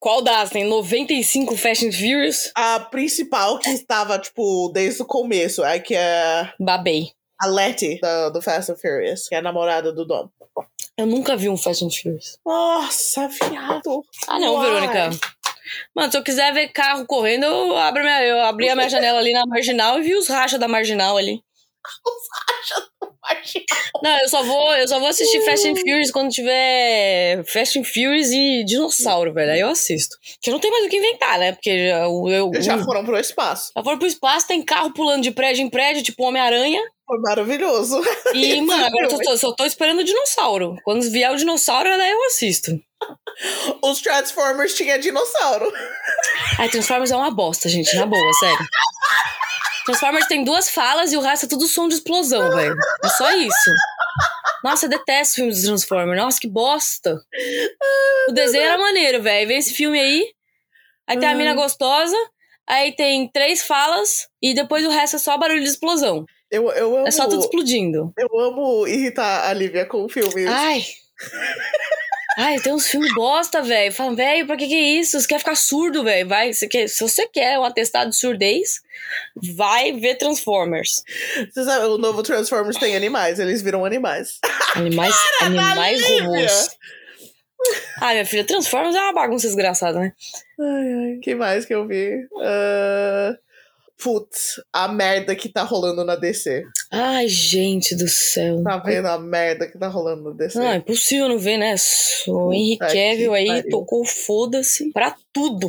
Speaker 1: Qual das? Tem 95 Fast and Furious?
Speaker 4: A principal que estava, tipo, desde o começo, é que é
Speaker 1: Babei.
Speaker 4: a Letty da- do Fast and Furious, que é a namorada do Dom.
Speaker 1: Eu nunca vi um Fast and Furious.
Speaker 4: Nossa, viado!
Speaker 1: Ah, não,
Speaker 4: Uai.
Speaker 1: Verônica. Mano, se eu quiser ver carro correndo, eu, abro minha, eu abri a minha janela ali na marginal e vi os rachas da marginal ali. Não, eu só vou, eu só vou assistir Fast and Furious quando tiver Fast and Furious e dinossauro, velho. Aí eu assisto. Que eu não tenho mais o que inventar, né? Porque já- eu, eu
Speaker 4: Já foram pro espaço.
Speaker 1: já foram pro espaço, tem carro pulando de prédio em prédio, tipo Homem-Aranha.
Speaker 4: Foi maravilhoso.
Speaker 1: E, mano, agora eu só tô, só tô esperando o dinossauro. Quando vier o dinossauro, daí eu assisto.
Speaker 4: Os Transformers tinha dinossauro.
Speaker 1: Ai, Transformers é uma bosta, gente. Na boa, sério. Transformers tem duas falas e o resto é tudo som de explosão, velho. É só isso. Nossa, eu detesto filmes de Transformers. Nossa, que bosta. O desenho era maneiro, velho. Vem esse filme aí. Aí tem a
Speaker 4: Ai.
Speaker 1: mina gostosa. Aí tem três falas. E depois o resto é só barulho de explosão.
Speaker 4: Eu, eu amo.
Speaker 1: É só tudo explodindo.
Speaker 4: Eu amo irritar a Lívia com filmes.
Speaker 1: Ai. Ai, tem uns filmes bosta, velho. Fala, velho, pra que que é isso? Você quer ficar surdo, velho? Vai, você quer, se você quer um atestado de surdez, vai ver Transformers.
Speaker 4: Você sabe, o novo Transformers tem animais, eles viram animais.
Speaker 1: Animais, animais
Speaker 4: Lívia!
Speaker 1: robôs. Ai, minha filha, Transformers é uma bagunça desgraçada, né?
Speaker 4: Ai, ai. Que mais que eu vi? Ah, Putz, a merda que tá rolando na DC.
Speaker 1: Ai, gente do céu.
Speaker 4: Tá vendo a merda que tá rolando na DC?
Speaker 1: Não, é impossível não ver, né? O
Speaker 4: Puta
Speaker 1: Henry
Speaker 4: que
Speaker 1: Cavill aí
Speaker 4: pariu.
Speaker 1: tocou foda-se pra tudo.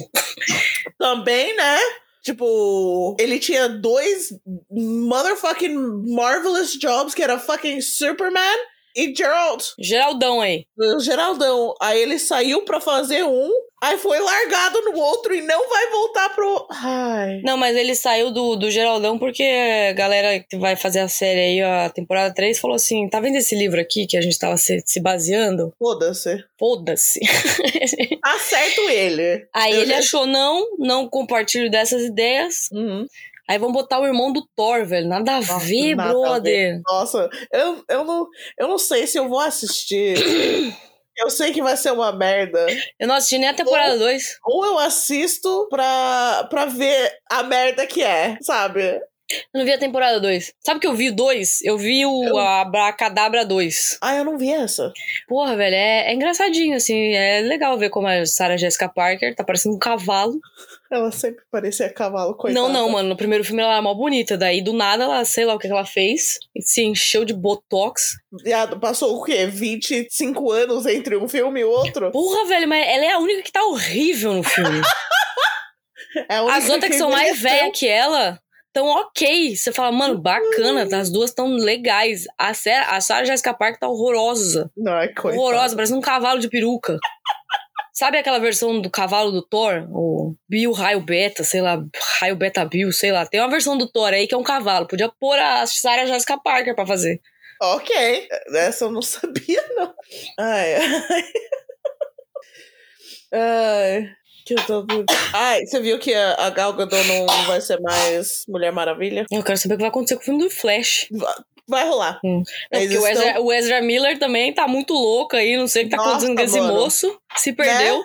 Speaker 4: Também, né? Tipo, ele tinha dois motherfucking marvelous jobs, que era fucking Superman e Gerald.
Speaker 1: Geraldão aí.
Speaker 4: O Geraldão. Aí ele saiu pra fazer um, aí foi largado no outro e não vai voltar pro. Ai.
Speaker 1: Não, mas ele saiu do, do Geraldão porque a galera que vai fazer a série aí, a temporada 3, falou assim: tá vendo esse livro aqui que a gente tava se, se baseando?
Speaker 4: Foda-se.
Speaker 1: Foda-se.
Speaker 4: Acerto ele.
Speaker 1: Aí
Speaker 4: Eu
Speaker 1: ele
Speaker 4: já-
Speaker 1: achou: não, não compartilho dessas ideias.
Speaker 4: Uhum.
Speaker 1: Aí vão botar o irmão do Thor, velho. Nada a
Speaker 4: Nossa,
Speaker 1: ver,
Speaker 4: nada a
Speaker 1: brother.
Speaker 4: Nossa, eu, eu, não, eu não sei se eu vou assistir. Eu sei que vai ser uma merda.
Speaker 1: Eu não assisti nem a temporada 2.
Speaker 4: Ou eu assisto pra, pra ver a merda que é, sabe?
Speaker 1: Eu não vi a temporada 2. Sabe que eu vi o 2? Eu vi o Abracadabra 2.
Speaker 4: Ah, eu não vi essa.
Speaker 1: Porra, velho, é, é engraçadinho, assim. É legal ver como a Sarah Jessica Parker tá parecendo um cavalo.
Speaker 4: Ela sempre parecia cavalo, coitada.
Speaker 1: Não, não, mano. No primeiro filme ela era mal bonita. Daí, do nada, ela, sei lá o que que ela fez. e Se encheu de botox.
Speaker 4: Viado, passou o quê? 25 anos entre um filme e outro?
Speaker 1: Porra, velho, mas ela é a única que tá horrível no filme.
Speaker 4: É a única
Speaker 1: As outras que são mais
Speaker 4: envelheceu.
Speaker 1: velhas que ela tão ok. Você fala, mano, bacana, tá, as duas tão legais. A Sarah, a Sarah Jessica Parker tá horrorosa.
Speaker 4: Não, é coisa.
Speaker 1: Horrorosa, parece um cavalo de peruca. Sabe aquela versão do cavalo do Thor? O Bill Raio Beta, sei lá, Raio Beta Bill, sei lá. Tem uma versão do Thor aí que é um cavalo. Podia pôr a Sarah Jessica Parker pra fazer.
Speaker 4: Ok. Essa eu não sabia, não. Ai, ai. Ai, que eu tô... bu- Ai, você viu que a, a Gal Gadot não vai ser mais Mulher Maravilha?
Speaker 1: Eu quero saber o que vai acontecer com o filme do Flash.
Speaker 4: Vai rolar.
Speaker 1: Hum. Não,
Speaker 4: Eles
Speaker 1: porque o Ezra,
Speaker 4: estão-
Speaker 1: o Ezra Miller também tá muito louco aí, não sei o que tá
Speaker 4: Nossa,
Speaker 1: acontecendo com esse
Speaker 4: mano. Né?
Speaker 1: moço. Se perdeu.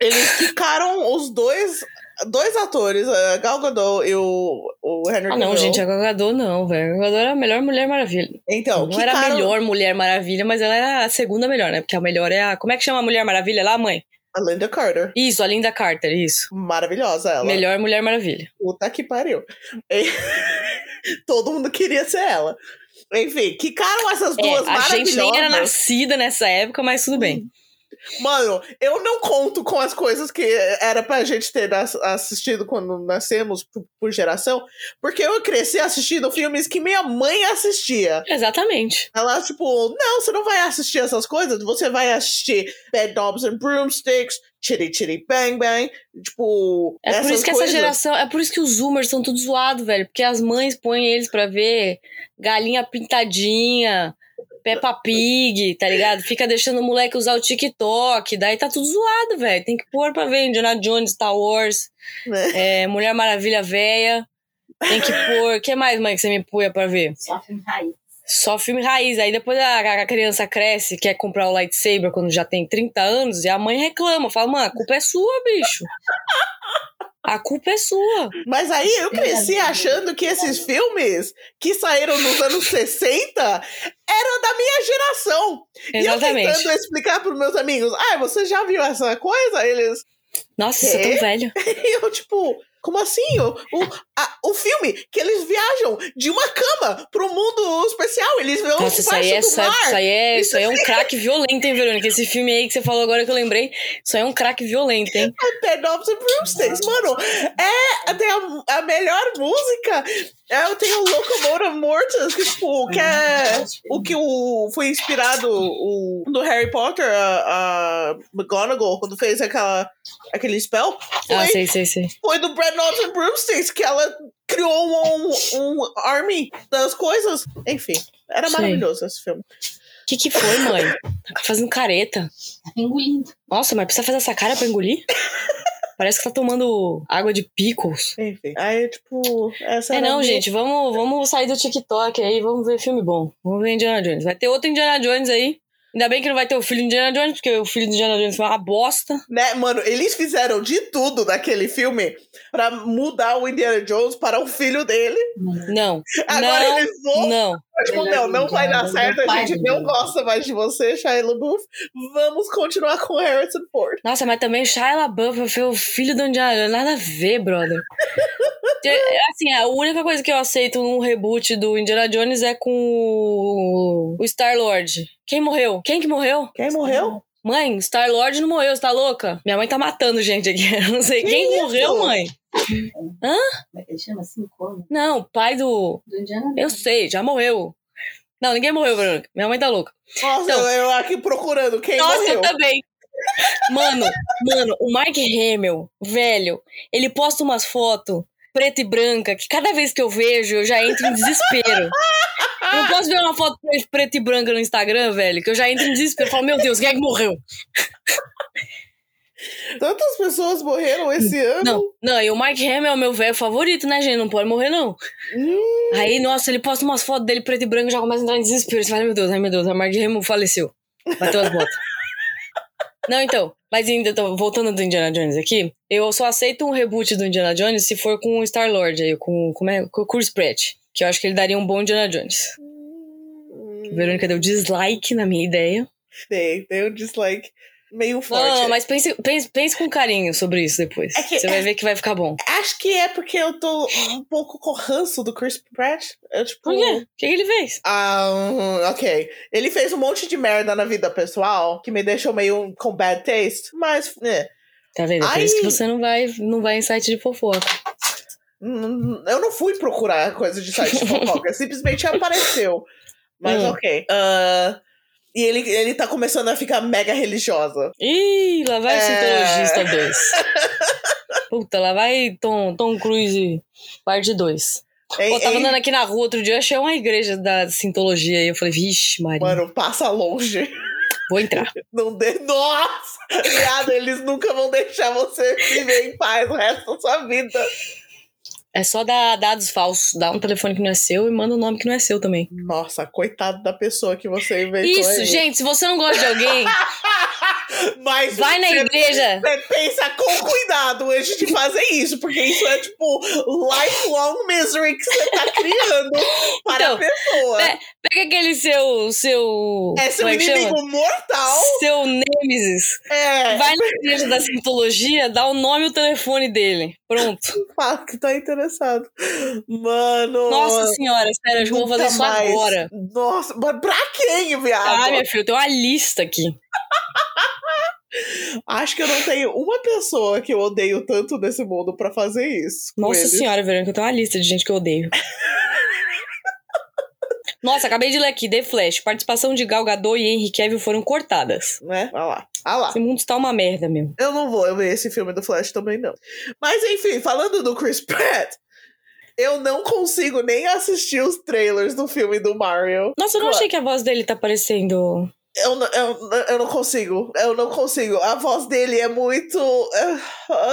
Speaker 4: Eles ficaram os dois... Dois atores, a Gal Gadot e o, o Henry
Speaker 1: Ah, não,
Speaker 4: Cavill.
Speaker 1: gente, a Gal Gadot não, velho. A Gal Gadot era a melhor Mulher Maravilha.
Speaker 4: Então,
Speaker 1: não
Speaker 4: que
Speaker 1: era a
Speaker 4: cara-
Speaker 1: melhor Mulher Maravilha, mas ela era a segunda melhor, né? Porque a melhor é a... Como é que chama a Mulher Maravilha lá, mãe?
Speaker 4: A Linda Carter.
Speaker 1: Isso, a Linda Carter, isso.
Speaker 4: Maravilhosa ela.
Speaker 1: Melhor Mulher Maravilha.
Speaker 4: Puta que pariu. E- Todo mundo queria ser ela. Enfim, que caram essas
Speaker 1: É,
Speaker 4: duas
Speaker 1: a gente nem era
Speaker 4: maravilhosas.
Speaker 1: nascida nessa época, mas tudo bem.
Speaker 4: Mano, eu não conto com as coisas que era pra gente ter nas- assistido quando nascemos por, por geração, porque eu cresci assistindo filmes que minha mãe assistia.
Speaker 1: Exatamente.
Speaker 4: Ela, tipo, não, você não vai assistir essas coisas, você vai assistir Bad Knobs and Broomsticks, Chitty Chitty Bang Bang, tipo.
Speaker 1: É por
Speaker 4: essas
Speaker 1: isso que
Speaker 4: coisas.
Speaker 1: essa geração. É por isso que os Zoomers são tudo zoados, velho. Porque as mães põem eles pra ver galinha pintadinha, Peppa Pig, tá ligado? Fica deixando o moleque usar o TikTok. Daí tá tudo zoado, velho. Tem que pôr pra ver Indiana Jones, Star Wars, é, Mulher Maravilha Véia. Tem que pôr. O que mais, mãe, que você me punha pra ver?
Speaker 3: Só filme raiz.
Speaker 1: Só filme raiz. Aí depois a, a criança cresce, quer comprar o lightsaber quando já tem 30 anos, e a mãe reclama. Fala, mano, a culpa é sua, bicho. A culpa é sua.
Speaker 4: Mas aí eu
Speaker 1: é
Speaker 4: cresci
Speaker 3: Verdade.
Speaker 4: achando que esses filmes que saíram nos anos 60 eram da minha geração. E eu
Speaker 1: Exatamente.
Speaker 4: tentando explicar para meus amigos, ah, você já viu essa coisa? Eles.
Speaker 1: Nossa, você é tão
Speaker 4: Quê?
Speaker 1: velho.
Speaker 4: E eu, tipo, como assim? O, o, a- o filme que eles viajam de uma cama pro mundo especial. Eles vão
Speaker 1: Nossa, isso aí,
Speaker 4: debaixo
Speaker 1: é,
Speaker 4: do
Speaker 1: isso, aí-
Speaker 4: Então mar.
Speaker 1: isso aí é,
Speaker 4: Isso
Speaker 1: isso aí é um craque violento, hein, Verônica? Esse filme aí que você falou agora que eu lembrei, isso aí é um craque violento, hein?
Speaker 4: Pedopes e Broomsticks, mano. É, tem a, a melhor música. É, tem o Locomotive Mortis, que, tipo, que
Speaker 3: Tá
Speaker 1: Uhum.
Speaker 4: é o que o, foi inspirado o, do Harry Potter, a, a McGonagall, quando fez aquela, aquele spell. Foi,
Speaker 1: Ah, sei, sei, sei.
Speaker 4: foi do Brad Knobs and Broomsticks, que ela criou um, um army das coisas. Enfim, era
Speaker 1: Sim.
Speaker 4: maravilhoso esse filme.
Speaker 1: O que, que foi, mãe? Tá fazendo careta.
Speaker 3: Tá engolindo.
Speaker 1: Nossa, mas precisa fazer essa cara pra engolir? Parece que tá tomando água de pickles.
Speaker 4: Enfim, aí, tipo, essa
Speaker 1: É
Speaker 4: era a
Speaker 1: não,
Speaker 4: minha-
Speaker 1: gente, vamos, vamos sair do TikTok aí, vamos ver filme bom. Vamos ver Indiana Jones. Vai ter outro Indiana Jones aí. Ainda bem que não vai ter o filho do Indiana Jones, porque o filho do Indiana Jones foi uma bosta.
Speaker 4: Né, mano, eles fizeram de tudo naquele filme pra mudar o Indiana Jones para o filho dele.
Speaker 1: Não,
Speaker 4: Agora
Speaker 1: Não,
Speaker 4: eles vão,
Speaker 1: não.
Speaker 4: tipo, não, não vai dar certo, a gente não gosta mais de você, Shia LaBeouf. Vamos continuar com Harrison Ford.
Speaker 1: Nossa, mas também Shia LaBeouf foi o filho do Indiana Jones. Nada a ver, brother. Te- Assim, a única coisa que eu aceito num reboot do Indiana Jones é com o- o Star-Lord. Quem morreu? Quem que morreu?
Speaker 4: Quem morreu?
Speaker 1: Mãe, Star-Lord não morreu, você tá louca? Minha mãe tá matando gente aqui. Eu não sei
Speaker 4: Que
Speaker 1: quem
Speaker 4: isso?
Speaker 1: morreu, mãe.
Speaker 3: Como é que ele chama? Assim, como?
Speaker 1: Não, o pai do.
Speaker 3: Do Indiana
Speaker 1: Eu
Speaker 3: Jones.
Speaker 1: sei, já morreu. Não, ninguém morreu, Verônica. Minha mãe tá louca.
Speaker 4: Nossa,
Speaker 1: Então-
Speaker 4: eu aqui procurando quem
Speaker 1: Nossa,
Speaker 4: morreu.
Speaker 1: eu também. Mano, mano, o Mark Hamill, velho, ele posta umas fotos preta e branca que cada vez que eu vejo eu já entro em desespero. Eu não posso ver uma foto pre- preta e branca no Instagram, velho, que eu já entro em desespero. Eu falo, meu Deus, quem é que morreu?
Speaker 4: Tantas pessoas morreram esse ano.
Speaker 1: Não, não, e o Mark Hamill é o meu velho favorito, né, gente? Não pode morrer, não.
Speaker 4: Hum,
Speaker 1: Aí, nossa, ele posta umas fotos dele preto e branco e já começa a entrar em desespero. Você fala, ai meu Deus, ai meu Deus, o Mark Hamill faleceu. Bateu as botas. Não, então, mas ainda tô- voltando do Indiana Jones aqui, eu só aceito um reboot do Indiana Jones se for com o Star Lord aí, com, como é, com o Chris Pratt, que eu acho que ele daria um bom Indiana Jones.
Speaker 4: Hum.
Speaker 1: Verônica deu dislike na minha ideia.
Speaker 4: Tem, tem um dislike meio
Speaker 1: Não,
Speaker 4: forte. né?
Speaker 1: não, não, mas pense, pense, pense com carinho sobre isso depois.
Speaker 4: É que-
Speaker 1: Você vai ver que vai ficar bom.
Speaker 4: Acho que é porque eu tô um pouco com ranço do Chris Pratt. Eu, tipo,
Speaker 1: Por quê? O que, que ele fez?
Speaker 4: Ah, hum, ok. Ele fez um monte de merda na vida pessoal que me deixou meio com bad taste, mas né,
Speaker 1: Tá vendo? É por
Speaker 4: Ai.
Speaker 1: isso que você não vai, não vai em site de fofoca.
Speaker 4: hum, eu não fui procurar coisa de site de fofoca, simplesmente apareceu. Mas
Speaker 1: Hum.
Speaker 4: ok. Ah, e ele, ele tá começando a ficar mega religiosa.
Speaker 1: Ih, lá vai o
Speaker 4: É.
Speaker 1: Cientologista 2. Puta, lá vai Tom, Tom Cruise, parte 2.
Speaker 4: Ei,
Speaker 1: Eu tava
Speaker 4: ei,
Speaker 1: andando aqui na rua outro dia, achei uma igreja da Sintologia e eu falei, vixe, Maria,
Speaker 4: Mano, passa longe.
Speaker 1: vou entrar.
Speaker 4: Não dê. Nossa! Viado, eles nunca vão deixar você viver em paz o resto da sua vida.
Speaker 1: É só dar dados falsos, dá um telefone que não é seu e manda um nome que não é seu também.
Speaker 4: Nossa, coitado da pessoa que você inventou.
Speaker 1: Isso,
Speaker 4: aí.
Speaker 1: gente, se você não gosta de alguém,
Speaker 4: Mas
Speaker 1: vai na
Speaker 4: você-
Speaker 1: igreja.
Speaker 4: Você pensa com cuidado antes de fazer isso, porque isso é tipo lifelong misery que você tá criando para
Speaker 1: Então,
Speaker 4: a pessoa.
Speaker 1: é, Pega aquele seu. seu
Speaker 4: É seu
Speaker 1: como é que
Speaker 4: inimigo
Speaker 1: chama?
Speaker 4: mortal.
Speaker 1: Seu Nemesis.
Speaker 4: É,
Speaker 1: Vai na igreja da Sintologia, dá o nome e o telefone dele. Pronto.
Speaker 4: fala que tá interessado. Mano.
Speaker 1: Nossa senhora, sério, acho que eu vou
Speaker 4: nunca
Speaker 1: fazer isso
Speaker 4: mais. Tá
Speaker 1: agora.
Speaker 4: Nossa, mas pra quem, viado?
Speaker 1: Ah, minha filha, tem uma lista aqui.
Speaker 4: Acho que eu não tenho uma pessoa que eu odeio tanto nesse mundo pra fazer isso. com
Speaker 1: Nossa
Speaker 4: eles.
Speaker 1: senhora, Verônica, eu tenho uma lista de gente que eu odeio. Nossa, acabei de ler aqui, The Flash. Participação de Gal Gadot e Henry Cavill foram cortadas.
Speaker 4: Né? Olha lá. Olha lá.
Speaker 1: Esse mundo está uma merda mesmo.
Speaker 4: Eu não vou ver esse filme do Flash também, não. Mas enfim, falando do Chris Pratt, eu não consigo nem assistir os trailers do filme do Mario.
Speaker 1: Nossa, eu não
Speaker 4: Claro.
Speaker 1: achei que a voz dele tá parecendo...
Speaker 4: Eu, n- eu, n- eu não consigo. Eu não consigo. A voz dele é muito.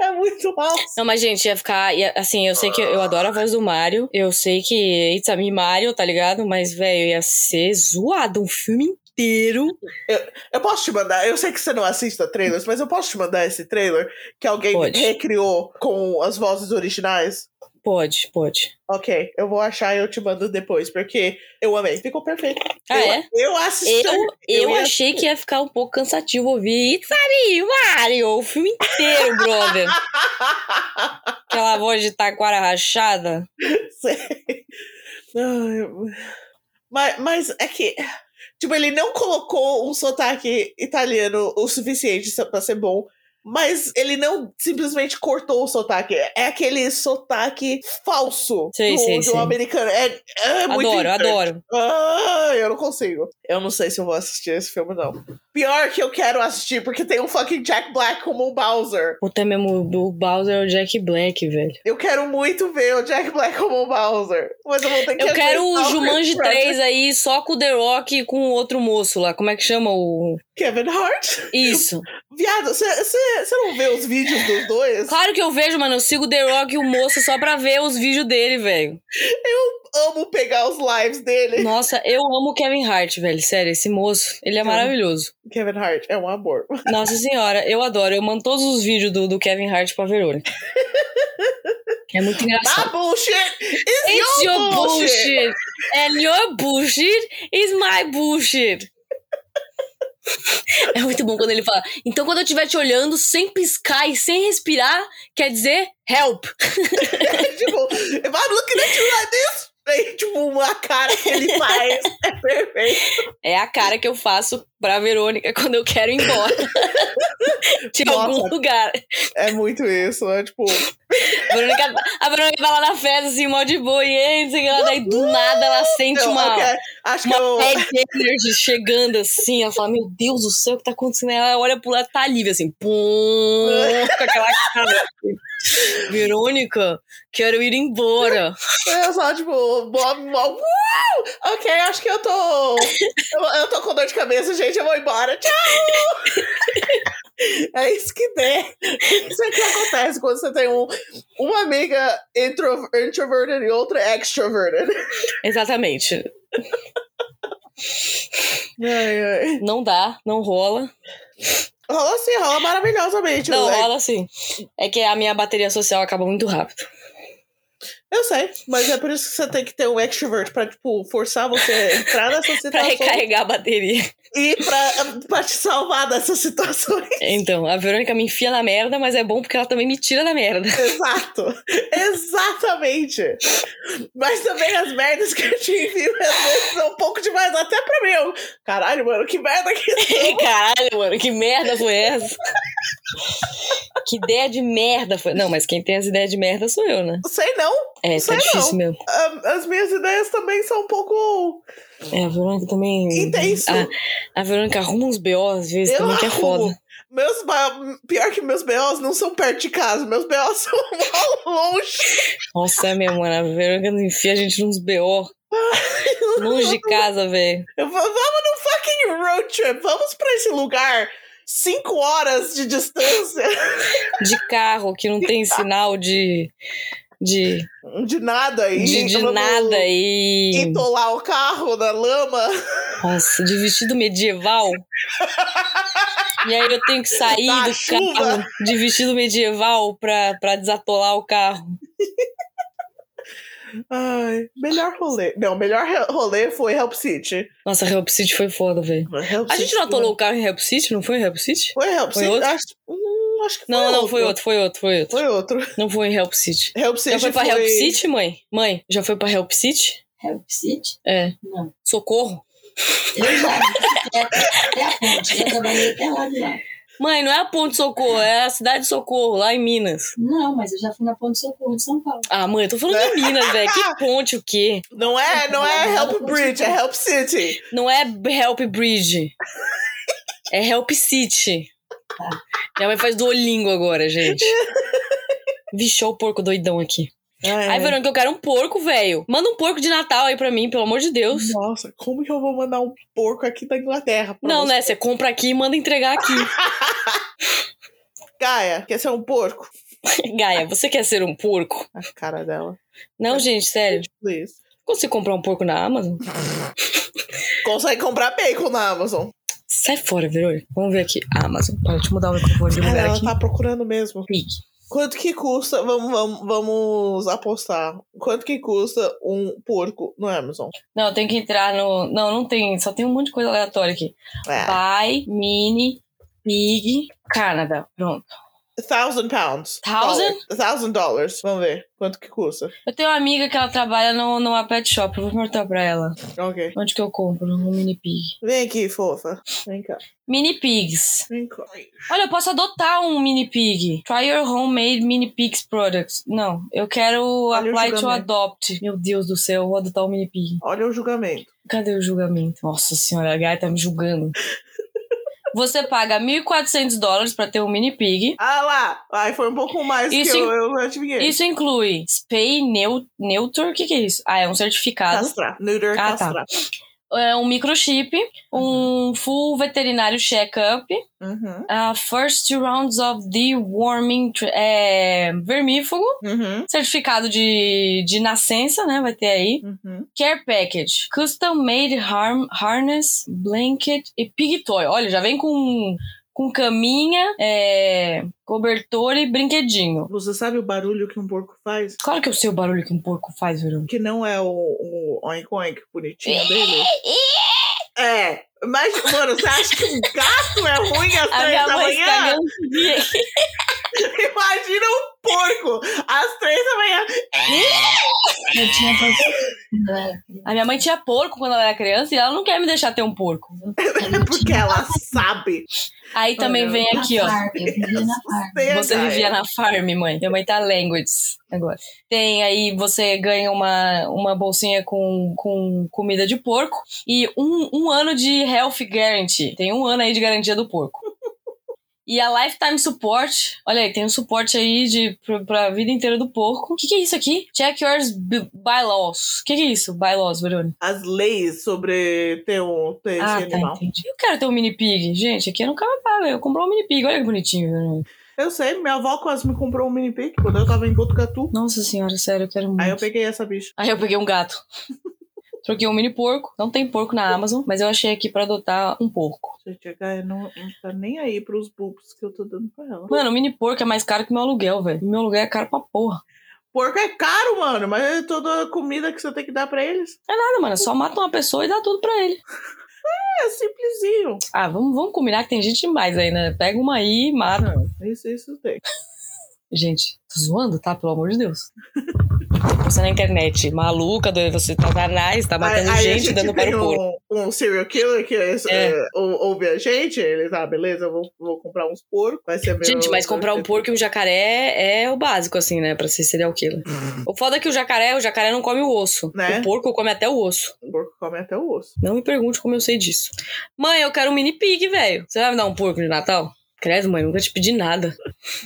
Speaker 4: É muito mal.
Speaker 1: Não, mas gente, ia ficar... ia- assim, eu sei que eu adoro a voz do Mario. Eu sei que it's a me Mario, tá ligado? Mas, velho, ia ser zoado um filme inteiro.
Speaker 4: Eu posso te mandar. Eu sei que você não assista trailers, mas eu posso te mandar esse trailer que alguém
Speaker 1: Pode.
Speaker 4: recriou com as vozes originais.
Speaker 1: Pode, pode.
Speaker 4: Ok, eu vou achar e eu te mando depois, porque eu amei. Ficou perfeito.
Speaker 1: Ah,
Speaker 4: eu,
Speaker 1: é?
Speaker 4: eu assisti.
Speaker 1: Eu, eu,
Speaker 4: ia-
Speaker 1: achei que ia ficar um pouco cansativo ouvir It's a me, Mario, o filme inteiro, brother. Aquela voz de taquara rachada.
Speaker 4: Sei. Ai, mas, mas é que. Tipo, ele não colocou um sotaque italiano o suficiente sa- pra ser bom. Mas ele não simplesmente cortou o sotaque. É aquele sotaque falso
Speaker 1: Sei,
Speaker 4: do,
Speaker 1: sei,
Speaker 4: do
Speaker 1: sei.
Speaker 4: americano. É, é muito
Speaker 1: Adoro,
Speaker 4: irritante.
Speaker 1: adoro.
Speaker 4: Ah, eu não consigo. Eu não sei se eu vou assistir esse filme, não. Pior que eu quero assistir, porque tem um fucking Jack Black como o Bowser.
Speaker 1: Puta mesmo, o Bowser é o Jack Black, velho.
Speaker 4: Eu quero muito ver o Jack Black como o Bowser. Mas eu vou ter que
Speaker 1: Eu quero o
Speaker 4: aceitar Chris
Speaker 1: Jumanji
Speaker 4: Pratt.
Speaker 1: 3 aí, só com o The Rock e com o outro moço lá. Como é que chama o.
Speaker 4: Kevin Hart?
Speaker 1: Isso.
Speaker 4: Viado, você não vê os vídeos dos dois?
Speaker 1: Claro que eu vejo, mano. Eu sigo o The Rock e o moço só pra ver os vídeos dele, velho.
Speaker 4: Amo pegar os lives dele.
Speaker 1: Nossa, eu amo o Kevin Hart, velho. Sério, esse moço, ele é
Speaker 4: Amo.
Speaker 1: maravilhoso.
Speaker 4: Kevin Hart é um amor.
Speaker 1: Nossa senhora, eu adoro. Eu mando todos os vídeos do, do Kevin Hart pra Verônica. É muito
Speaker 4: Ah,
Speaker 1: engraçado.
Speaker 4: bullshit! It's,
Speaker 1: It's
Speaker 4: your,
Speaker 1: your
Speaker 4: bullshit!
Speaker 1: bullshit. And your bullshit is my bullshit. É muito bom quando ele fala. Então, quando eu estiver te olhando sem piscar e sem respirar, quer dizer help.
Speaker 4: tipo, if I'm looking at you like this... Aí, tipo, uma cara que ele faz é perfeito.
Speaker 1: É a cara que eu faço pra Verônica quando eu quero ir embora. de
Speaker 4: Nossa.
Speaker 1: algum lugar.
Speaker 4: É muito isso, é tipo...
Speaker 1: A Verônica, a Verônica tá lá na festa, assim, mó de boa, e aí, não sei o que lá, daí do nada ela sente
Speaker 4: eu-
Speaker 1: uma.
Speaker 4: ok, Acho que eu...
Speaker 1: Uma bad energy chegando assim, ela fala: Meu Deus do céu, o que tá acontecendo? Aí Ela olha pro lado, tá livre, assim, pum, com aquela cara. assim. Verônica, quero ir embora.
Speaker 4: Eu só, tipo, mó- mó- uau! ok, acho que eu tô. Eu, eu tô com dor de cabeça, gente. Eu vou embora. Tchau! é isso que tem. Isso é que acontece quando você tem um, uma amiga intro, introverted e outra extroverted.
Speaker 1: Exatamente.
Speaker 4: Ai, ai.
Speaker 1: Não dá, não rola.
Speaker 4: Rola sim, rola maravilhosamente.
Speaker 1: Não
Speaker 4: moleque.
Speaker 1: rola assim. É que a minha bateria social acaba muito rápido.
Speaker 4: Eu sei, mas é por isso que você tem que ter um extrovert pra, tipo, forçar você a entrar nessa
Speaker 1: Pra
Speaker 4: situação
Speaker 1: recarregar a bateria.
Speaker 4: e pra, pra te salvar dessas situações.
Speaker 1: Então, a Verônica me enfia na merda, mas é bom porque ela também me tira da merda.
Speaker 4: Exato. Exatamente. Mas também as merdas que eu te envio às vezes são um pouco demais, até pra mim. Eu, Caralho, mano, que merda que isso.
Speaker 1: Caralho, mano, que merda foi essa? que ideia de merda foi. Não, mas quem tem as ideias de merda sou eu, né?
Speaker 4: Sei não.
Speaker 1: É, tá
Speaker 4: Sei
Speaker 1: difícil
Speaker 4: não.
Speaker 1: mesmo.
Speaker 4: a- As minhas ideias também são um pouco
Speaker 1: É, a Verônica também.
Speaker 4: intensas.
Speaker 1: Ah. A, a Verônica arruma uns BO às vezes
Speaker 4: Eu
Speaker 1: também, que é
Speaker 4: arrumo.
Speaker 1: foda.
Speaker 4: Meus ba- Pior que meus B.O.s não são perto de casa, meus B.O.s são mal longe.
Speaker 1: Nossa, é mesmo, mano. A Verônica nos enfia a gente nos BO. Longe de casa, velho.
Speaker 4: Eu vou- vamos num fucking road trip, vamos pra esse lugar. Cinco horas de distância
Speaker 1: De carro, que não tem sinal de. de.
Speaker 4: de nada aí.
Speaker 1: de, de
Speaker 4: vamos
Speaker 1: nada e.
Speaker 4: Entolar o carro na lama.
Speaker 1: Nossa, de vestido medieval. E aí eu tenho que sair
Speaker 4: Na
Speaker 1: do
Speaker 4: chuva.
Speaker 1: carro de vestido medieval pra, pra desatolar o carro.
Speaker 4: Ai, melhor rolê. Não, melhor re- rolê foi Help City.
Speaker 1: Nossa, Help City foi foda, velho.
Speaker 4: Help
Speaker 1: A
Speaker 4: City
Speaker 1: gente não atolou o carro em Help City? Não foi em Help City?
Speaker 4: Foi Help
Speaker 1: Foi
Speaker 4: City.
Speaker 1: outro?
Speaker 4: Acho, hum, acho que foi
Speaker 1: Não,
Speaker 4: outro.
Speaker 1: não, foi outro, foi outro, foi outro.
Speaker 4: Foi outro.
Speaker 1: Não foi em Help City.
Speaker 4: Help City
Speaker 1: Já foi pra
Speaker 4: foi...
Speaker 1: Help City, mãe? Mãe, já foi pra Help City?
Speaker 3: Help City?
Speaker 1: É.
Speaker 3: Não.
Speaker 1: Socorro?
Speaker 3: Eu já até, até É a ponte. né? Eu trabalhei até lá de lá.
Speaker 1: Mãe, não é a Ponte Socorro, é a Cidade de Socorro, lá em Minas.
Speaker 3: Não, mas eu já fui na ponte de socorro de São Paulo.
Speaker 1: Ah, mãe, eu tô falando de Minas, velho. Que ponte o quê?
Speaker 4: Não é, não é Help Bridge, é Help City.
Speaker 1: Não é Help Bridge. É Help City. Minha mãe faz Duolingo agora, gente. Vixe, olha o porco doidão aqui.
Speaker 4: É.
Speaker 1: Ai, Verônica, eu quero um porco, velho. Manda um porco de Natal aí pra mim, pelo amor de Deus.
Speaker 4: Nossa, como que eu vou mandar um porco aqui da Inglaterra? pra
Speaker 1: Não,
Speaker 4: você?
Speaker 1: né? Você compra aqui e manda entregar aqui.
Speaker 4: Gaia, quer ser um porco?
Speaker 1: Gaia, você quer ser um porco?
Speaker 4: A cara dela.
Speaker 1: Não, gente, sério.
Speaker 4: Please.
Speaker 1: Consigo comprar um porco na Amazon?
Speaker 4: Consegue comprar bacon na Amazon.
Speaker 1: Sai fora, Verônica. Vamos ver aqui. Amazon. Para, deixa eu mudar o microfone de
Speaker 4: Cara,
Speaker 1: lugar
Speaker 4: ela
Speaker 1: aqui.
Speaker 4: tá procurando mesmo.
Speaker 1: Clique.
Speaker 4: Quanto que custa? Vamos, vamos, vamos apostar. Quanto que custa um porco no Amazon?
Speaker 1: Não, eu tenho que entrar no. Não, não tem. Só tem um monte de coisa aleatória aqui.
Speaker 4: É.
Speaker 1: Buy, Mini, Pig, Canadá. Pronto.
Speaker 4: Thousand pounds.
Speaker 1: Thousand?
Speaker 4: Dollar. Thousand dollars. Vamos ver quanto que custa.
Speaker 1: Eu tenho uma amiga que ela trabalha no, numa pet shop. Eu vou perguntar pra ela.
Speaker 4: Ok.
Speaker 1: Onde que eu compro? No Mini Pig.
Speaker 4: Vem aqui, fofa. Vem cá.
Speaker 1: Mini Pigs.
Speaker 4: Vem cá.
Speaker 1: Olha, eu posso adotar um Mini Pig. Try your homemade Mini Pigs products. Não, eu quero
Speaker 4: Olha o
Speaker 1: apply to
Speaker 4: julgamento.
Speaker 1: adopt. Meu Deus do céu, eu vou adotar um Mini Pig.
Speaker 4: Olha o julgamento.
Speaker 1: Cadê o julgamento? Nossa senhora, a Gaia tá me julgando. Você paga 1.400 dólares pra ter um Mini Pig.
Speaker 4: Ah lá! Aí foi um pouco mais
Speaker 1: Isso
Speaker 4: que
Speaker 1: em-
Speaker 4: eu, eu não adivinhei.
Speaker 1: Isso inclui spay, neu- neuter, o que, que é isso? Ah, é um certificado,
Speaker 4: Castrar. Neuter
Speaker 1: Ah, tá.
Speaker 4: castrar.
Speaker 1: é um microchip, um full veterinário check-up,
Speaker 4: Uhum.
Speaker 1: a first rounds of the warming tr- é, vermífugo,
Speaker 4: Uhum.
Speaker 1: certificado de, de nascença, né, vai ter aí,
Speaker 4: Uhum.
Speaker 1: care package, custom made harm, harness, blanket e pig toy. Olha, já vem com, com caminha, é, cobertor e brinquedinho.
Speaker 4: Você sabe o barulho que um porco faz?
Speaker 1: Claro que eu sei o barulho que um porco faz, Verônica.
Speaker 4: Que não é o, o oink oink bonitinho dele? É. Mas, mano, você acha que um gato é ruim às
Speaker 1: A
Speaker 4: três
Speaker 1: minha
Speaker 4: da
Speaker 1: mãe
Speaker 4: manhã?
Speaker 1: está ganhando
Speaker 4: Imagina um porco às três da manhã.
Speaker 3: Eu tinha quando eu era criança.
Speaker 1: A minha mãe tinha porco quando ela era criança e ela não quer me deixar ter um porco.
Speaker 3: Eu
Speaker 4: Porque
Speaker 3: tinha
Speaker 4: ela sabe.
Speaker 1: Aí também
Speaker 4: Olha,
Speaker 1: vem
Speaker 3: na
Speaker 1: aqui, ó.
Speaker 3: farm, Eu vivia na farm.
Speaker 4: Você,
Speaker 1: Você
Speaker 4: Gaia.
Speaker 1: vivia na farm, mãe. Minha mãe tá languages agora. Tem aí, você ganha uma, uma bolsinha com, com comida de porco e um, um ano de health guarantee. Tem um ano aí de garantia do porco. E a Lifetime Support, olha aí, tem um suporte aí de, pra, pra vida inteira do porco. O que, que é isso aqui? Check your b- bylaws. O que, que é isso? Bylaws, Verônica.
Speaker 4: As leis sobre ter um ter
Speaker 1: Ah,
Speaker 4: esse
Speaker 1: tá,
Speaker 4: animal.
Speaker 1: entendi. Eu quero ter um mini pig. Gente, aqui é no Canadá, velho. Eu comprei um mini pig, olha que bonitinho. né? velho.
Speaker 4: Eu sei, minha avó quase me comprou um mini pig quando eu tava em Botucatu.
Speaker 1: Nossa senhora, sério, eu quero muito.
Speaker 4: Aí eu peguei essa bicha.
Speaker 1: um gato. Troquei um mini porco. Não tem porco na Amazon, mas eu achei aqui pra adotar um porco.
Speaker 4: Gente, a Gaia não, não tá nem aí pros books que eu tô dando pra ela.
Speaker 1: Mano, o mini porco é mais caro que meu aluguel, velho. Meu aluguel é caro pra porra.
Speaker 4: Porco é caro, mano, mas é toda a comida que você tem que dar pra eles
Speaker 1: É nada, mano. Só mata uma pessoa e dá tudo pra ele.
Speaker 4: é simplesinho.
Speaker 1: Ah, vamos, vamos combinar que tem gente demais aí, né? Pega uma aí e mata.
Speaker 4: Não, isso, isso tem.
Speaker 1: Gente, tô zoando, tá? Pelo amor de Deus. Você na internet, maluca, doido, você tá danais, tá matando
Speaker 4: Aí- aí a
Speaker 1: gente, dando
Speaker 4: tem
Speaker 1: para o porco.
Speaker 4: um, um serial killer que é,
Speaker 1: É.
Speaker 4: é, ou- ouve a gente, ele tá, beleza, eu vou, vou comprar uns porcos, vai ser meu-
Speaker 1: Gente, mas comprar um porco e um jacaré é o básico, assim, né? Pra ser serial killer. o foda é que o jacaré, o jacaré não come o osso.
Speaker 4: Uhum. Né?
Speaker 1: O porco come até o osso.
Speaker 4: O um porco come até o osso.
Speaker 1: Não me pergunte como eu sei disso. Mãe, eu quero um mini pig, velho. Você vai me dar um porco de Natal? Credo, mãe, nunca te pedi nada.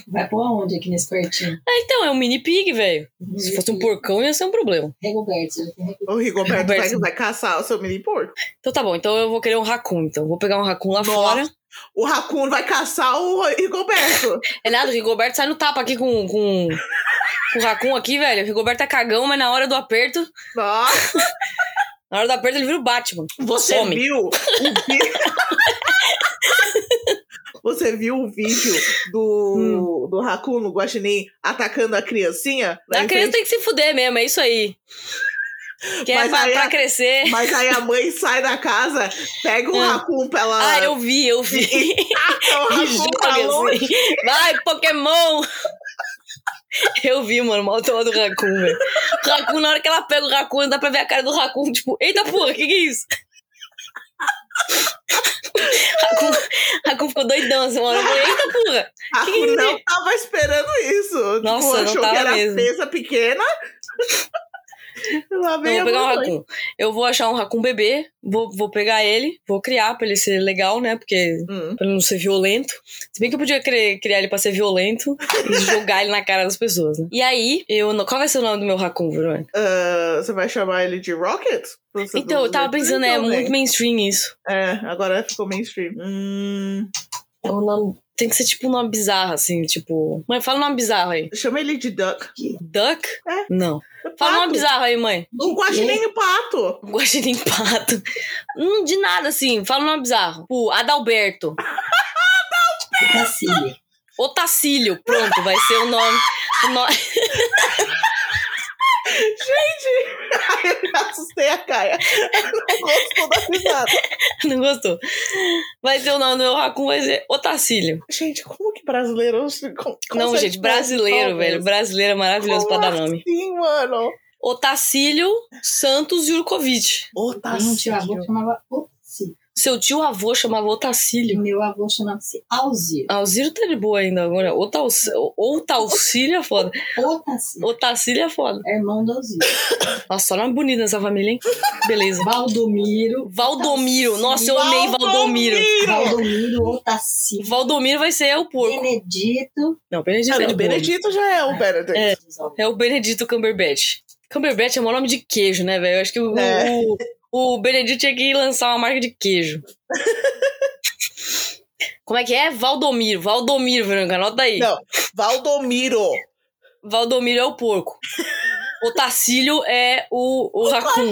Speaker 3: Vai pôr aonde aqui nesse quartinho?
Speaker 1: Ah, então, é um mini pig, velho. Se fosse um
Speaker 4: Uhum.
Speaker 1: porcão, ia ser um problema.
Speaker 3: Rigoberto, você já tem Rigoberto.
Speaker 4: O Rigoberto vai,
Speaker 1: Roberto.
Speaker 4: vai caçar o seu mini porco.
Speaker 1: Então tá bom, então eu vou querer um raccoon, então. Vou pegar um raccoon lá
Speaker 4: Nossa.
Speaker 1: fora.
Speaker 4: O Raccoon vai caçar o Rigoberto.
Speaker 1: É nada, o Rigoberto sai no tapa aqui com, com, com o Raccoon aqui, velho. O Rigoberto é cagão, mas na hora do aperto,
Speaker 4: Nossa,
Speaker 1: na hora do aperto ele vira o Batman.
Speaker 4: você
Speaker 1: Some.
Speaker 4: viu o vi- Você viu o vídeo do,
Speaker 1: Hum.
Speaker 4: do Raccoon no Guaxinim atacando a criancinha? Lá
Speaker 1: A
Speaker 4: em
Speaker 1: criança
Speaker 4: frente?
Speaker 1: tem que se fuder mesmo, é isso aí. Que é
Speaker 4: Mas
Speaker 1: pra,
Speaker 4: aí
Speaker 1: pra
Speaker 4: a-
Speaker 1: crescer.
Speaker 4: Mas aí a mãe sai da casa, pega o
Speaker 1: Ah.
Speaker 4: Raccoon pela...
Speaker 1: Ah, eu vi, eu vi. E
Speaker 4: o Raccoon pra
Speaker 1: joga
Speaker 4: longe.
Speaker 1: assim. Vai, Pokémon! Eu vi, mano, mal toma do Raccoon, velho. O Raccoon, na hora que ela pega o Raccoon, dá pra ver a cara do Raccoon, tipo, eita porra, que que é isso? Raccoon, Raccoon ficou doidão, assim, mano. Eu falei, eita porra!
Speaker 4: Raccoon não tava esperando
Speaker 1: Nossa,
Speaker 4: isso. tipo,
Speaker 1: não
Speaker 4: achou
Speaker 1: tava
Speaker 4: que era
Speaker 1: mesmo.
Speaker 4: presa pequena. Lá
Speaker 1: Eu
Speaker 4: vem
Speaker 1: vou
Speaker 4: a
Speaker 1: pegar um
Speaker 4: mamãe.
Speaker 1: racun. Eu vou achar um racun bebê, vou, vou pegar ele, vou criar pra ele ser legal, né? Porque
Speaker 4: Hum.
Speaker 1: pra ele não ser violento. Se bem que eu podia cri- criar ele pra ser violento e jogar ele na cara das pessoas, né? E aí, eu não- qual vai ser o nome do meu racun, Verônica?
Speaker 4: Ah, você vai chamar ele de Rocket? Você
Speaker 1: Então,
Speaker 4: do-
Speaker 1: eu tava
Speaker 4: do-
Speaker 1: pensando, é
Speaker 4: Então, né?
Speaker 1: muito mainstream isso.
Speaker 4: É, agora ficou mainstream. Hum,
Speaker 1: É um nome- tem que ser tipo um nome bizarro, assim, tipo. Mãe, fala um nome bizarro aí.
Speaker 4: chama ele de Duck.
Speaker 1: Duck?
Speaker 4: É.
Speaker 1: Não. Fala um
Speaker 4: Pato.
Speaker 1: nome bizarro aí, mãe.
Speaker 4: Um guaxinim e pato.
Speaker 1: Guaxinim pato. Hum, de nada, assim. Fala um nome bizarro. Tipo, Adalberto.
Speaker 3: Cacilha.
Speaker 1: Otacílio, pronto, vai ser o nome. o no-
Speaker 4: Eu assustei a Caia. Não gostou da risada.
Speaker 1: Não gostou? Vai ser o nome do meu racun, vai ser Otacílio.
Speaker 4: Gente, como que brasileiro... como- como
Speaker 1: Não,
Speaker 4: você
Speaker 1: gente,
Speaker 4: pode
Speaker 1: brasileiro,
Speaker 4: falar
Speaker 1: velho.
Speaker 4: isso?
Speaker 1: Brasileiro é maravilhoso
Speaker 4: Como
Speaker 1: pra dar nome.
Speaker 4: Sim, mano.
Speaker 1: Otacílio Santos Jurkovic.
Speaker 4: Ô, tá
Speaker 3: Tem um tio avô que chamava Otzi.
Speaker 1: Seu tio avô chamava
Speaker 3: E
Speaker 1: Otacílio.
Speaker 3: meu avô chamava-se Alzir.
Speaker 1: Alziro tá de boa ainda agora. Otaus- Otacílio é foda.
Speaker 3: Otacir.
Speaker 1: Otacílio é foda.
Speaker 3: Irmão do Alzir.
Speaker 1: Nossa, só nome bonito nessa família, hein? Beleza.
Speaker 3: Valdomiro.
Speaker 1: Valdomiro. Nossa, eu amei Valdomiro.
Speaker 3: Valdomiro Otacir.
Speaker 1: Valdomiro vai ser o porco.
Speaker 3: Benedito.
Speaker 1: Não, Benedito
Speaker 4: Ah,
Speaker 1: é
Speaker 4: não,
Speaker 1: de boa.
Speaker 4: Benedito já é o Benedict.
Speaker 1: É. É o Benedito Cumberbatch. Cumberbatch é o maior nome de queijo, né, velho? Eu acho que o,
Speaker 4: É.
Speaker 1: o, o Benedito tinha que lançar uma marca de queijo. Como é que é? Valdomiro. Valdomiro, Verônica, anota aí.
Speaker 4: Não. Valdomiro.
Speaker 1: Valdomiro é o porco. O Tacílio é o, o racun.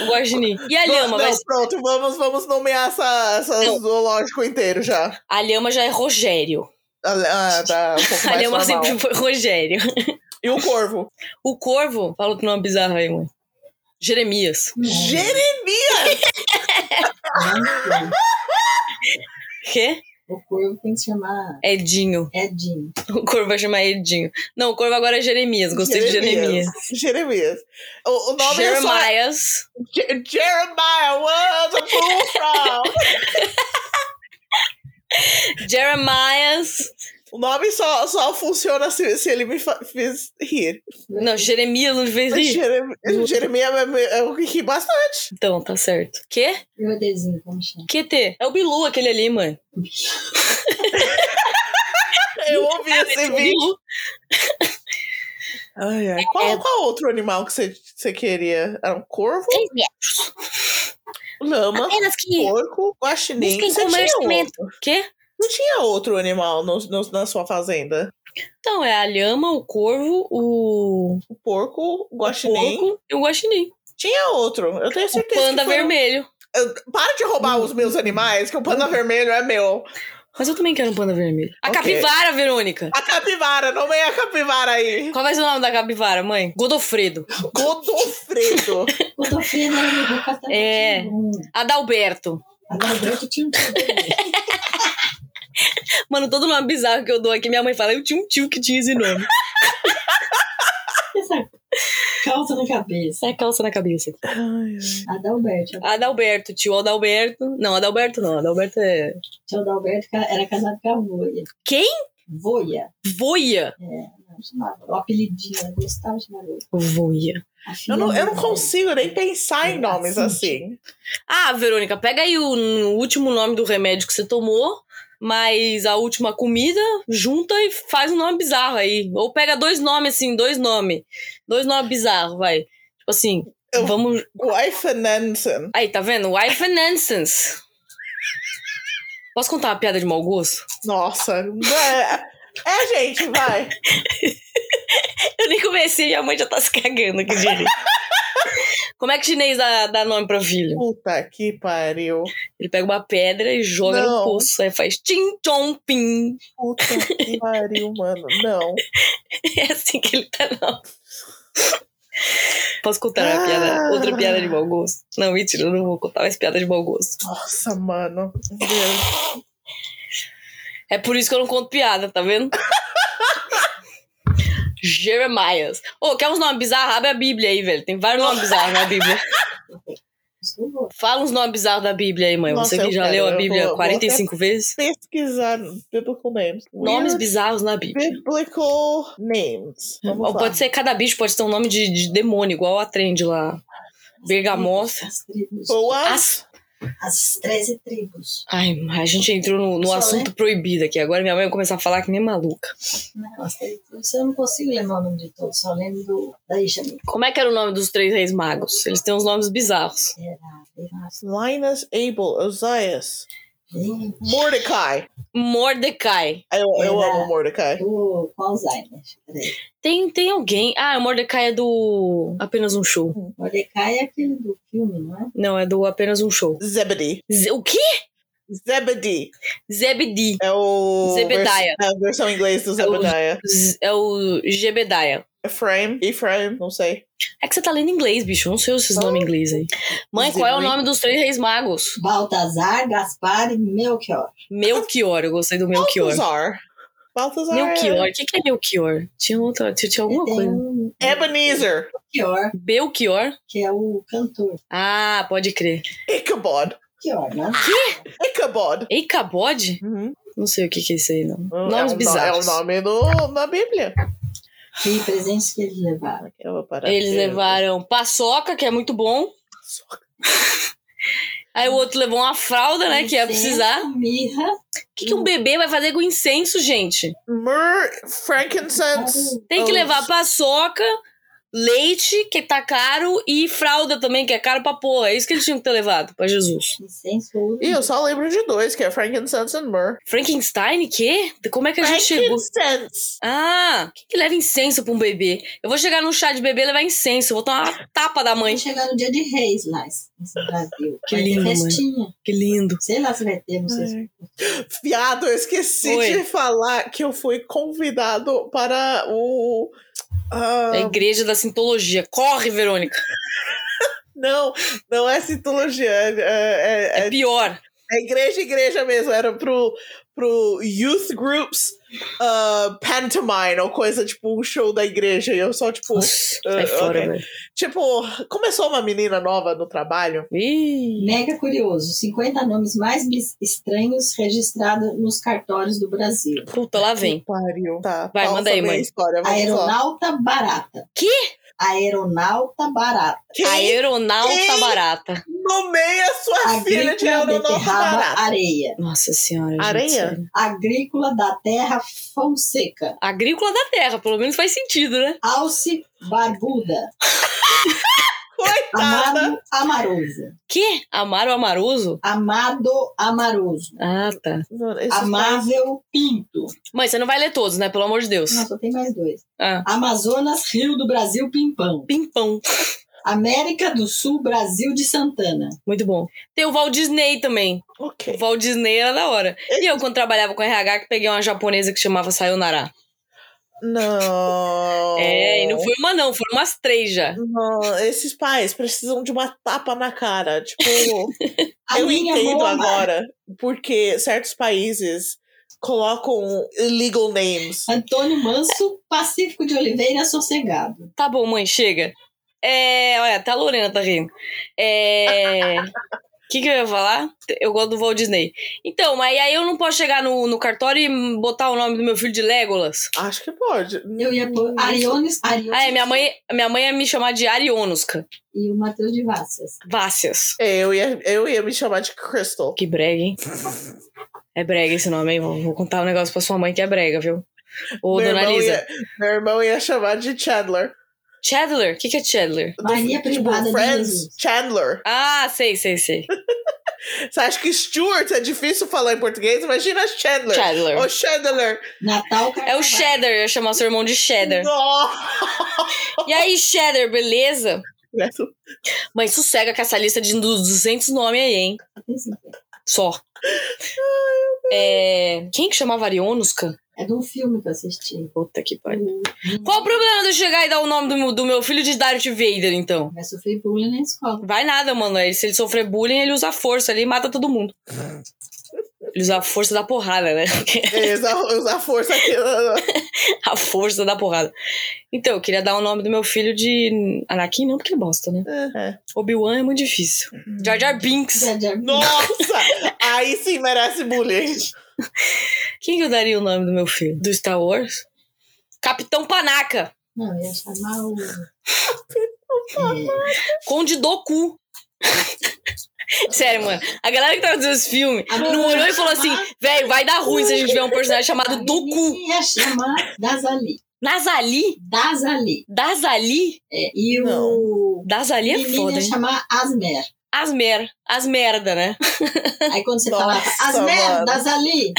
Speaker 1: O guaxinim. E a
Speaker 4: Não,
Speaker 1: Lhama? vai
Speaker 4: não,
Speaker 1: ser-
Speaker 4: pronto, vamos, vamos nomear essa, essa
Speaker 1: Não.
Speaker 4: zoológico inteiro já.
Speaker 1: A Lhama já é Rogério.
Speaker 4: Ah, tá um pouco
Speaker 1: A
Speaker 4: mais
Speaker 1: Lhama
Speaker 4: formal.
Speaker 1: sempre foi Rogério.
Speaker 4: E o corvo?
Speaker 1: O Corvo... Fala outro nome bizarro aí, mãe. Jeremias.
Speaker 4: Jeremias!
Speaker 3: Não,
Speaker 1: Quê?
Speaker 3: O corvo tem que se chamar
Speaker 1: Edinho.
Speaker 3: Edinho.
Speaker 1: O Corvo vai chamar Edinho. Não, o Corvo agora é Jeremias. Gostei de Jeremias.
Speaker 4: Jeremias. O, o nome é só...
Speaker 1: Jeremias.
Speaker 4: Je- Jeremiah was a bullfrog.
Speaker 1: Jeremias.
Speaker 4: o nome só, só funciona se, se ele me fa- fez rir.
Speaker 1: Não, Jeremias não fez isso.
Speaker 4: Jeremias Jeremias é, é o que ri bastante.
Speaker 1: Então, tá certo. Quê?
Speaker 3: E o Edezinho, como chama?
Speaker 1: QT. É o Bilu aquele ali, mãe.
Speaker 4: Eu ouvi
Speaker 1: É
Speaker 4: esse
Speaker 1: o
Speaker 4: vídeo.
Speaker 1: Bilu.
Speaker 4: Ai, ai.
Speaker 1: É.
Speaker 4: Qual, qual outro animal que você- você queria? Era um corvo? Lama.
Speaker 1: Apenas que...
Speaker 4: Porco, guaxinim.
Speaker 1: Busquem
Speaker 4: Você tinha
Speaker 1: É conhecimento.
Speaker 4: outro.
Speaker 1: Quê?
Speaker 4: Não tinha outro animal no- no- na sua fazenda?
Speaker 1: Então, é a lhama, o corvo, o,
Speaker 4: O porco, o
Speaker 1: o
Speaker 4: guaxinim.
Speaker 1: porco e o guaxinim.
Speaker 4: Tinha outro, eu tenho
Speaker 1: O
Speaker 4: certeza. que um
Speaker 1: panda
Speaker 4: foram-
Speaker 1: vermelho.
Speaker 4: Eu- Para de roubar os meus animais, que o panda vermelho é meu.
Speaker 1: Mas eu também quero um panda vermelho. A
Speaker 4: Ok.
Speaker 1: capivara, Verônica.
Speaker 4: A capivara, não vem a capivara aí.
Speaker 1: Qual vai ser o nome da capivara, mãe? Godofredo.
Speaker 4: Godofredo.
Speaker 3: O Dofredo era amigo com a Tata
Speaker 1: É.
Speaker 3: Timum.
Speaker 1: Adalberto.
Speaker 3: A Dalberto tinha um tio dele.
Speaker 1: Mano, todo nome bizarro que eu dou aqui, minha mãe fala, eu tinha um tio que tinha esse nome.
Speaker 3: Essa calça na cabeça.
Speaker 1: Sai a calça na cabeça.
Speaker 3: A Dalberto.
Speaker 1: Adalberto, tio Adalberto. Não, Adalberto não. Adalberto é.
Speaker 3: Tio Dalberto ca- era casado com a Voia.
Speaker 1: Quem?
Speaker 3: Voia.
Speaker 1: Voia.
Speaker 3: Não chamava. O apelidinho. Ela gostava de chamar ele.
Speaker 1: Voia.
Speaker 3: A filha
Speaker 4: Eu não, eu não
Speaker 3: dele.
Speaker 4: consigo nem pensar em nomes assim.
Speaker 1: Ah, Verônica, pega aí o n- o último nome do remédio que você tomou, mas a última comida, junta e faz um nome bizarro aí. Ou pega dois nomes, assim, dois nomes. Dois nomes bizarros, vai. Tipo assim,
Speaker 4: Eu-
Speaker 1: vamos.
Speaker 4: Wifenansen.
Speaker 1: Aí, tá vendo? Wife Nonsense. Posso contar uma piada de mau gosto?
Speaker 4: Nossa. É, é, gente, vai.
Speaker 1: Eu nem comecei, minha mãe já tá se cagando aqui de rir. Como é que chinês dá, dá nome pra filho?
Speaker 4: Puta que pariu.
Speaker 1: Ele pega uma pedra e joga no
Speaker 4: Não.
Speaker 1: poço. Aí faz tim tom pim.
Speaker 4: Puta que pariu, mano. Não.
Speaker 1: É assim que ele tá, não. Posso contar uma
Speaker 4: Ah.
Speaker 1: piada? Outra piada de mau gosto? Não, mentira, eu não vou contar mais piada de mau gosto.
Speaker 4: Nossa, mano. Meu Deus.
Speaker 1: É por isso que eu não conto piada, tá vendo? Jeremias. Ô, quer uns nomes bizarros? Abre a Bíblia aí, velho. Tem vários nomes bizarros na Bíblia.
Speaker 3: Desculpa.
Speaker 1: Fala uns nomes bizarros da Bíblia aí, mãe.
Speaker 4: Nossa,
Speaker 1: Você que
Speaker 4: eu
Speaker 1: já
Speaker 4: quero,
Speaker 1: leu a
Speaker 4: eu
Speaker 1: Bíblia
Speaker 4: vou- vou
Speaker 1: 45 vezes.
Speaker 4: Pesquisar biblical names.
Speaker 1: Nomes
Speaker 4: Weird
Speaker 1: bizarros na Bíblia.
Speaker 4: Biblical names. Vamos
Speaker 1: Ou
Speaker 4: lá.
Speaker 1: pode ser, cada bicho pode ter um nome de, de demônio, igual a trend lá. Bergamota.
Speaker 3: As tribos.
Speaker 4: Boas.
Speaker 1: As...
Speaker 3: As 13 tribos.
Speaker 1: Ai, a gente entrou no, no
Speaker 3: Só
Speaker 4: né?
Speaker 1: assunto proibido aqui. Agora minha mãe vai começar a falar que nem maluca.
Speaker 3: Não, as 13 tribos. Eu não consigo lembrar o nome de todos, só lembro do- da Ixami.
Speaker 1: Como é que era o nome dos três reis magos? Eles têm uns nomes bizarros.
Speaker 3: Ah,
Speaker 4: Linus, Abel, Ozias,
Speaker 3: Gente,
Speaker 4: Mordecai.
Speaker 1: Mordecai.
Speaker 4: Eu, eu
Speaker 3: Era-
Speaker 4: amo Mordecai.
Speaker 3: tô com Alzheimer. Peraí.
Speaker 1: Tem, tem alguém. Ah, o Mordecai é do Apenas um Show.
Speaker 3: Mordecai é aquele do filme, não é?
Speaker 1: Não, é do Apenas um Show.
Speaker 4: Zebedee.
Speaker 1: Ze- o quê?
Speaker 4: Zebedee.
Speaker 1: Zebedi.
Speaker 4: É o.
Speaker 1: Zebediah.
Speaker 4: Vers é a versão em inglês do
Speaker 1: É o-
Speaker 4: Zebediah.
Speaker 1: Z- É o Jebediah.
Speaker 4: Ephraim. Ephraim, não sei.
Speaker 1: É que você tá lendo em inglês, bicho. Eu não sei esses nomes em inglês aí. Mãe, qual é o
Speaker 4: Zebri.
Speaker 1: nome dos três reis magos?
Speaker 3: Baltazar, Gaspar e Melchior.
Speaker 1: Melchior. Eu gostei do Melchior.
Speaker 4: Balthazar. Balthazar.
Speaker 1: Melchior. O que, que é Melchior? Tinha outra. Tinha, tinha alguma
Speaker 3: E tem
Speaker 1: coisa.
Speaker 3: um
Speaker 4: Ebenezer.
Speaker 3: Melchior,
Speaker 1: Belchior?
Speaker 3: que é o cantor.
Speaker 1: Ah, pode crer.
Speaker 4: Ichabod.
Speaker 3: Melchior, né?
Speaker 4: Ichabod.
Speaker 1: Eicabode?
Speaker 4: Uhum.
Speaker 1: Não sei o que, que é isso aí, não.
Speaker 4: é
Speaker 1: Nomes
Speaker 4: um no-
Speaker 1: bizarros.
Speaker 4: É o nome do, na Bíblia.
Speaker 3: Que presentes que eles levaram.
Speaker 4: Eu vou parar
Speaker 1: Eles
Speaker 4: aqui.
Speaker 1: levaram paçoca, que é muito bom. Aí o outro levou uma fralda, né? Que ia
Speaker 3: Incenso,
Speaker 1: precisar. O
Speaker 3: Mirra.
Speaker 1: que, que um bebê vai fazer com incenso, gente?
Speaker 4: Myrrh, frankincense.
Speaker 1: Tem que
Speaker 4: Oh,
Speaker 1: levar paçoca, leite, que tá caro, e fralda também, que é caro pra porra. É isso que eles tinham que ter levado pra Jesus.
Speaker 3: Incenso, ouro.
Speaker 4: E eu só lembro de dois, que é frankincense e myrrh.
Speaker 1: Frankenstein, quê? Como é que a gente chegou?
Speaker 4: Frankincense.
Speaker 1: Ah, quem que leva incenso pra um bebê? Eu vou chegar num chá de bebê e levar incenso. Eu Vou tomar uma tapa da mãe.
Speaker 3: Vai chegar no dia de reis lá no Brasil.
Speaker 1: Que
Speaker 3: vai
Speaker 1: lindo,
Speaker 3: ter
Speaker 1: mãe.
Speaker 3: festinha.
Speaker 1: Que lindo.
Speaker 3: Sei lá se vai ter, não sei se.
Speaker 4: Viado, eu esqueci
Speaker 1: Oi.
Speaker 4: de falar que eu fui convidado para o. ah,
Speaker 1: É a igreja da sintologia. Corre, Verônica.
Speaker 4: Não, não é citologia. É, é,
Speaker 1: É
Speaker 4: é-
Speaker 1: pior.
Speaker 4: é igreja, igreja mesmo. Era pro, pro Youth Groups ah, Pantomime, ou coisa tipo um show da igreja. E eu só, tipo.
Speaker 1: Nossa, é, sai
Speaker 4: eh,
Speaker 1: fora, né?
Speaker 4: ok.
Speaker 1: velho.
Speaker 4: Tipo, começou uma menina nova no trabalho.
Speaker 1: Ih,
Speaker 3: Mega curioso. 50 nomes mais bis- estranhos registrados nos cartórios do Brasil.
Speaker 1: puta, lá vem.
Speaker 4: Que Pariu. Tá,
Speaker 1: Vai,
Speaker 4: falsa
Speaker 1: manda aí,
Speaker 4: minha
Speaker 1: mãe.
Speaker 4: História, vamos lá.
Speaker 3: Aeronauta barata.
Speaker 1: Que?
Speaker 3: Aeronauta barata.
Speaker 4: Quem
Speaker 1: Aeronauta
Speaker 4: Quem?
Speaker 1: barata.
Speaker 4: nomeia sua filha de
Speaker 3: Agrícola
Speaker 4: aeronauta
Speaker 3: beterraba
Speaker 4: barata?
Speaker 3: areia.
Speaker 1: Nossa senhora. gente,
Speaker 4: Areia?
Speaker 1: sério.
Speaker 3: Agrícola da terra Fonseca.
Speaker 1: Agrícola da terra, pelo menos faz sentido, né?
Speaker 3: Alce barbuda.
Speaker 4: Coitada.
Speaker 3: Amado amaroso.
Speaker 1: Que? Amar o amaroso?
Speaker 3: Amado amaroso.
Speaker 1: Ah, tá.
Speaker 4: Mano, esses
Speaker 3: Amável pinto.
Speaker 1: Mãe, você não vai ler todos, né? Pelo amor de Deus.
Speaker 3: Não, só tem mais dois.
Speaker 1: Ah.
Speaker 3: Amazonas, Rio do Brasil, Pimpão.
Speaker 1: Pimpão.
Speaker 3: América do Sul, Brasil de Santana.
Speaker 1: Muito bom. Tem o Walt Disney também. O
Speaker 4: Ok.
Speaker 1: Walt Disney era da hora. E eu, quando trabalhava com RH, que peguei uma japonesa que chamava Sayonara.
Speaker 4: Não.
Speaker 1: É, e não foi uma não, foram umas três já.
Speaker 4: Não, esses pais precisam de uma tapa na cara. Tipo,
Speaker 3: A é
Speaker 4: eu
Speaker 3: minha
Speaker 4: entendo
Speaker 3: Roma.
Speaker 4: agora porque certos países colocam illegal names.
Speaker 3: Antônio Manso, Pacífico de Oliveira, Sossegado.
Speaker 1: Tá bom, mãe, chega. É. Olha, tá a Lorena, tá rindo. É. O que, que eu ia falar? Eu gosto do Walt Disney. Então, mas aí eu não posso chegar no, no cartório e botar o nome do meu filho de Legolas.
Speaker 4: Acho que pode.
Speaker 3: Eu ia pôr Ariones, Ariones
Speaker 1: Ah, é, minha mãe, minha mãe ia me chamar de Arionuska.
Speaker 3: e o Matheus de Vassas.
Speaker 1: Vácias.
Speaker 4: É, eu ia, eu ia me chamar de Crystal.
Speaker 1: Que brega, hein? É brega esse nome, hein? Vou, vou contar um negócio pra sua mãe que é brega, viu? Ô, dona
Speaker 4: irmão
Speaker 1: Lisa.
Speaker 4: Ia, meu irmão ia chamar de Chandler.
Speaker 1: Chandler? O que, que é Chandler?
Speaker 3: Maria Privada de
Speaker 4: tipo, Friends
Speaker 3: Jesus.
Speaker 4: Chandler.
Speaker 1: Ah, sei, sei, sei.
Speaker 4: Você acha que Stuart é difícil falar em português? Imagina Chandler.
Speaker 1: Chandler.
Speaker 4: Ô, Chandler.
Speaker 1: É
Speaker 3: Natal,
Speaker 1: o
Speaker 3: Carnaval.
Speaker 1: Cheddar, eu ia chamar seu irmão de Cheddar.
Speaker 4: Nossa.
Speaker 1: E aí, Cheddar, beleza? Mãe, sossega com essa lista de uns 200 nomes aí, hein? Só. É... Quem que chamava Arionuska?
Speaker 3: É de um filme que eu assisti.
Speaker 1: Puta que pariu.
Speaker 3: Hum.
Speaker 1: Qual o problema de eu chegar e dar o nome do meu, do meu filho de Darth Vader, então?
Speaker 3: Vai sofrer bullying na escola.
Speaker 1: Vai nada, mano. Ele- Se ele sofrer bullying, ele usa a força ali e mata todo mundo. Ele usa a força da porrada, né?
Speaker 4: É, usar, usar força aqui.
Speaker 1: a força da porrada. Então, eu queria dar o nome do meu filho de Anakin, não, porque é bosta, né?
Speaker 4: É.
Speaker 1: Obi-Wan é muito difícil. Jar Jar Binks.
Speaker 3: Jar Jar Binks.
Speaker 4: Nossa! Aí sim merece bullying.
Speaker 1: Quem que eu daria o nome do meu filho? Do Star Wars? Capitão Panaca.
Speaker 3: Não, eu ia chamar o. É,
Speaker 1: Conde Doku. Sério, mano. A galera que tá fazendo esse filme não olhou e falou assim: velho, vai dar ruim se a gente tiver um personagem chamado Doku.
Speaker 3: Eu ia chamar Dazali.
Speaker 1: Nazali?
Speaker 3: Dazali.
Speaker 1: Dazali?
Speaker 3: É, e o.
Speaker 1: Dazali é
Speaker 3: menino
Speaker 1: foda,
Speaker 3: ia
Speaker 1: hein?
Speaker 3: chamar Asmer.
Speaker 1: As mer. As merda, né?
Speaker 3: Aí quando você
Speaker 4: Nossa,
Speaker 3: falava, as
Speaker 4: mano.
Speaker 3: merdas ali,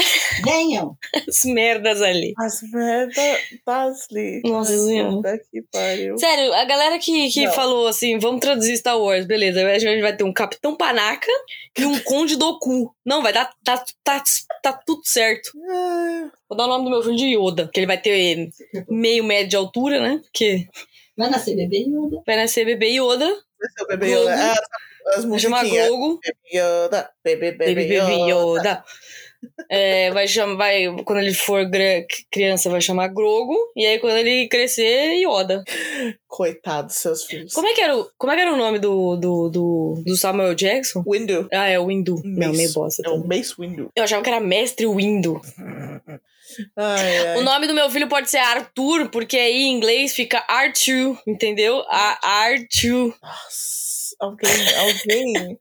Speaker 3: venham.
Speaker 1: As merdas ali.
Speaker 4: As merda Dasli.
Speaker 1: Nossa Senhora.
Speaker 4: tá Puta que pariu.
Speaker 1: Sério, a galera que, que
Speaker 4: Não.
Speaker 1: falou assim, vamos traduzir Star Wars, beleza. A gente vai ter um Capitão Panaca e um Conde Doku. Não, vai dar. Tá, tá, tá tudo certo.
Speaker 4: Ah,
Speaker 1: Vou dar o nome do meu filho de Yoda, que ele vai ter meio metro de altura, né? Porque
Speaker 3: Vai nascer bebê Yoda.
Speaker 1: vai nascer bebê Yoda,
Speaker 4: Seu é bebê Yoda.
Speaker 1: Globo.
Speaker 4: Ah, As
Speaker 1: vai chamar
Speaker 4: musiquinhas.
Speaker 1: Grogu,
Speaker 4: Yoda. Bebê,
Speaker 1: baby,
Speaker 4: bebê,
Speaker 1: baby
Speaker 4: Yoda.
Speaker 1: Yoda. É, vai chamar, vai, quando ele for gra- criança, vai chamar Grogu, e aí quando ele crescer, Yoda.
Speaker 4: Coitado dos seus filhos.
Speaker 1: Como é que era o, como é que era o nome do, do, do, do Samuel Jackson?
Speaker 4: Windu.
Speaker 1: Ah, é o Windu. Não,
Speaker 4: Mace.
Speaker 1: meio bosta.
Speaker 4: É o
Speaker 1: também.
Speaker 4: Mace Windu.
Speaker 1: Eu achava que era Mestre Windu.
Speaker 4: Ai, ai.
Speaker 1: O nome do meu filho pode ser Arthur, porque aí em inglês fica Arthur, entendeu? A Arthur.
Speaker 4: Nossa, alguém, alguém.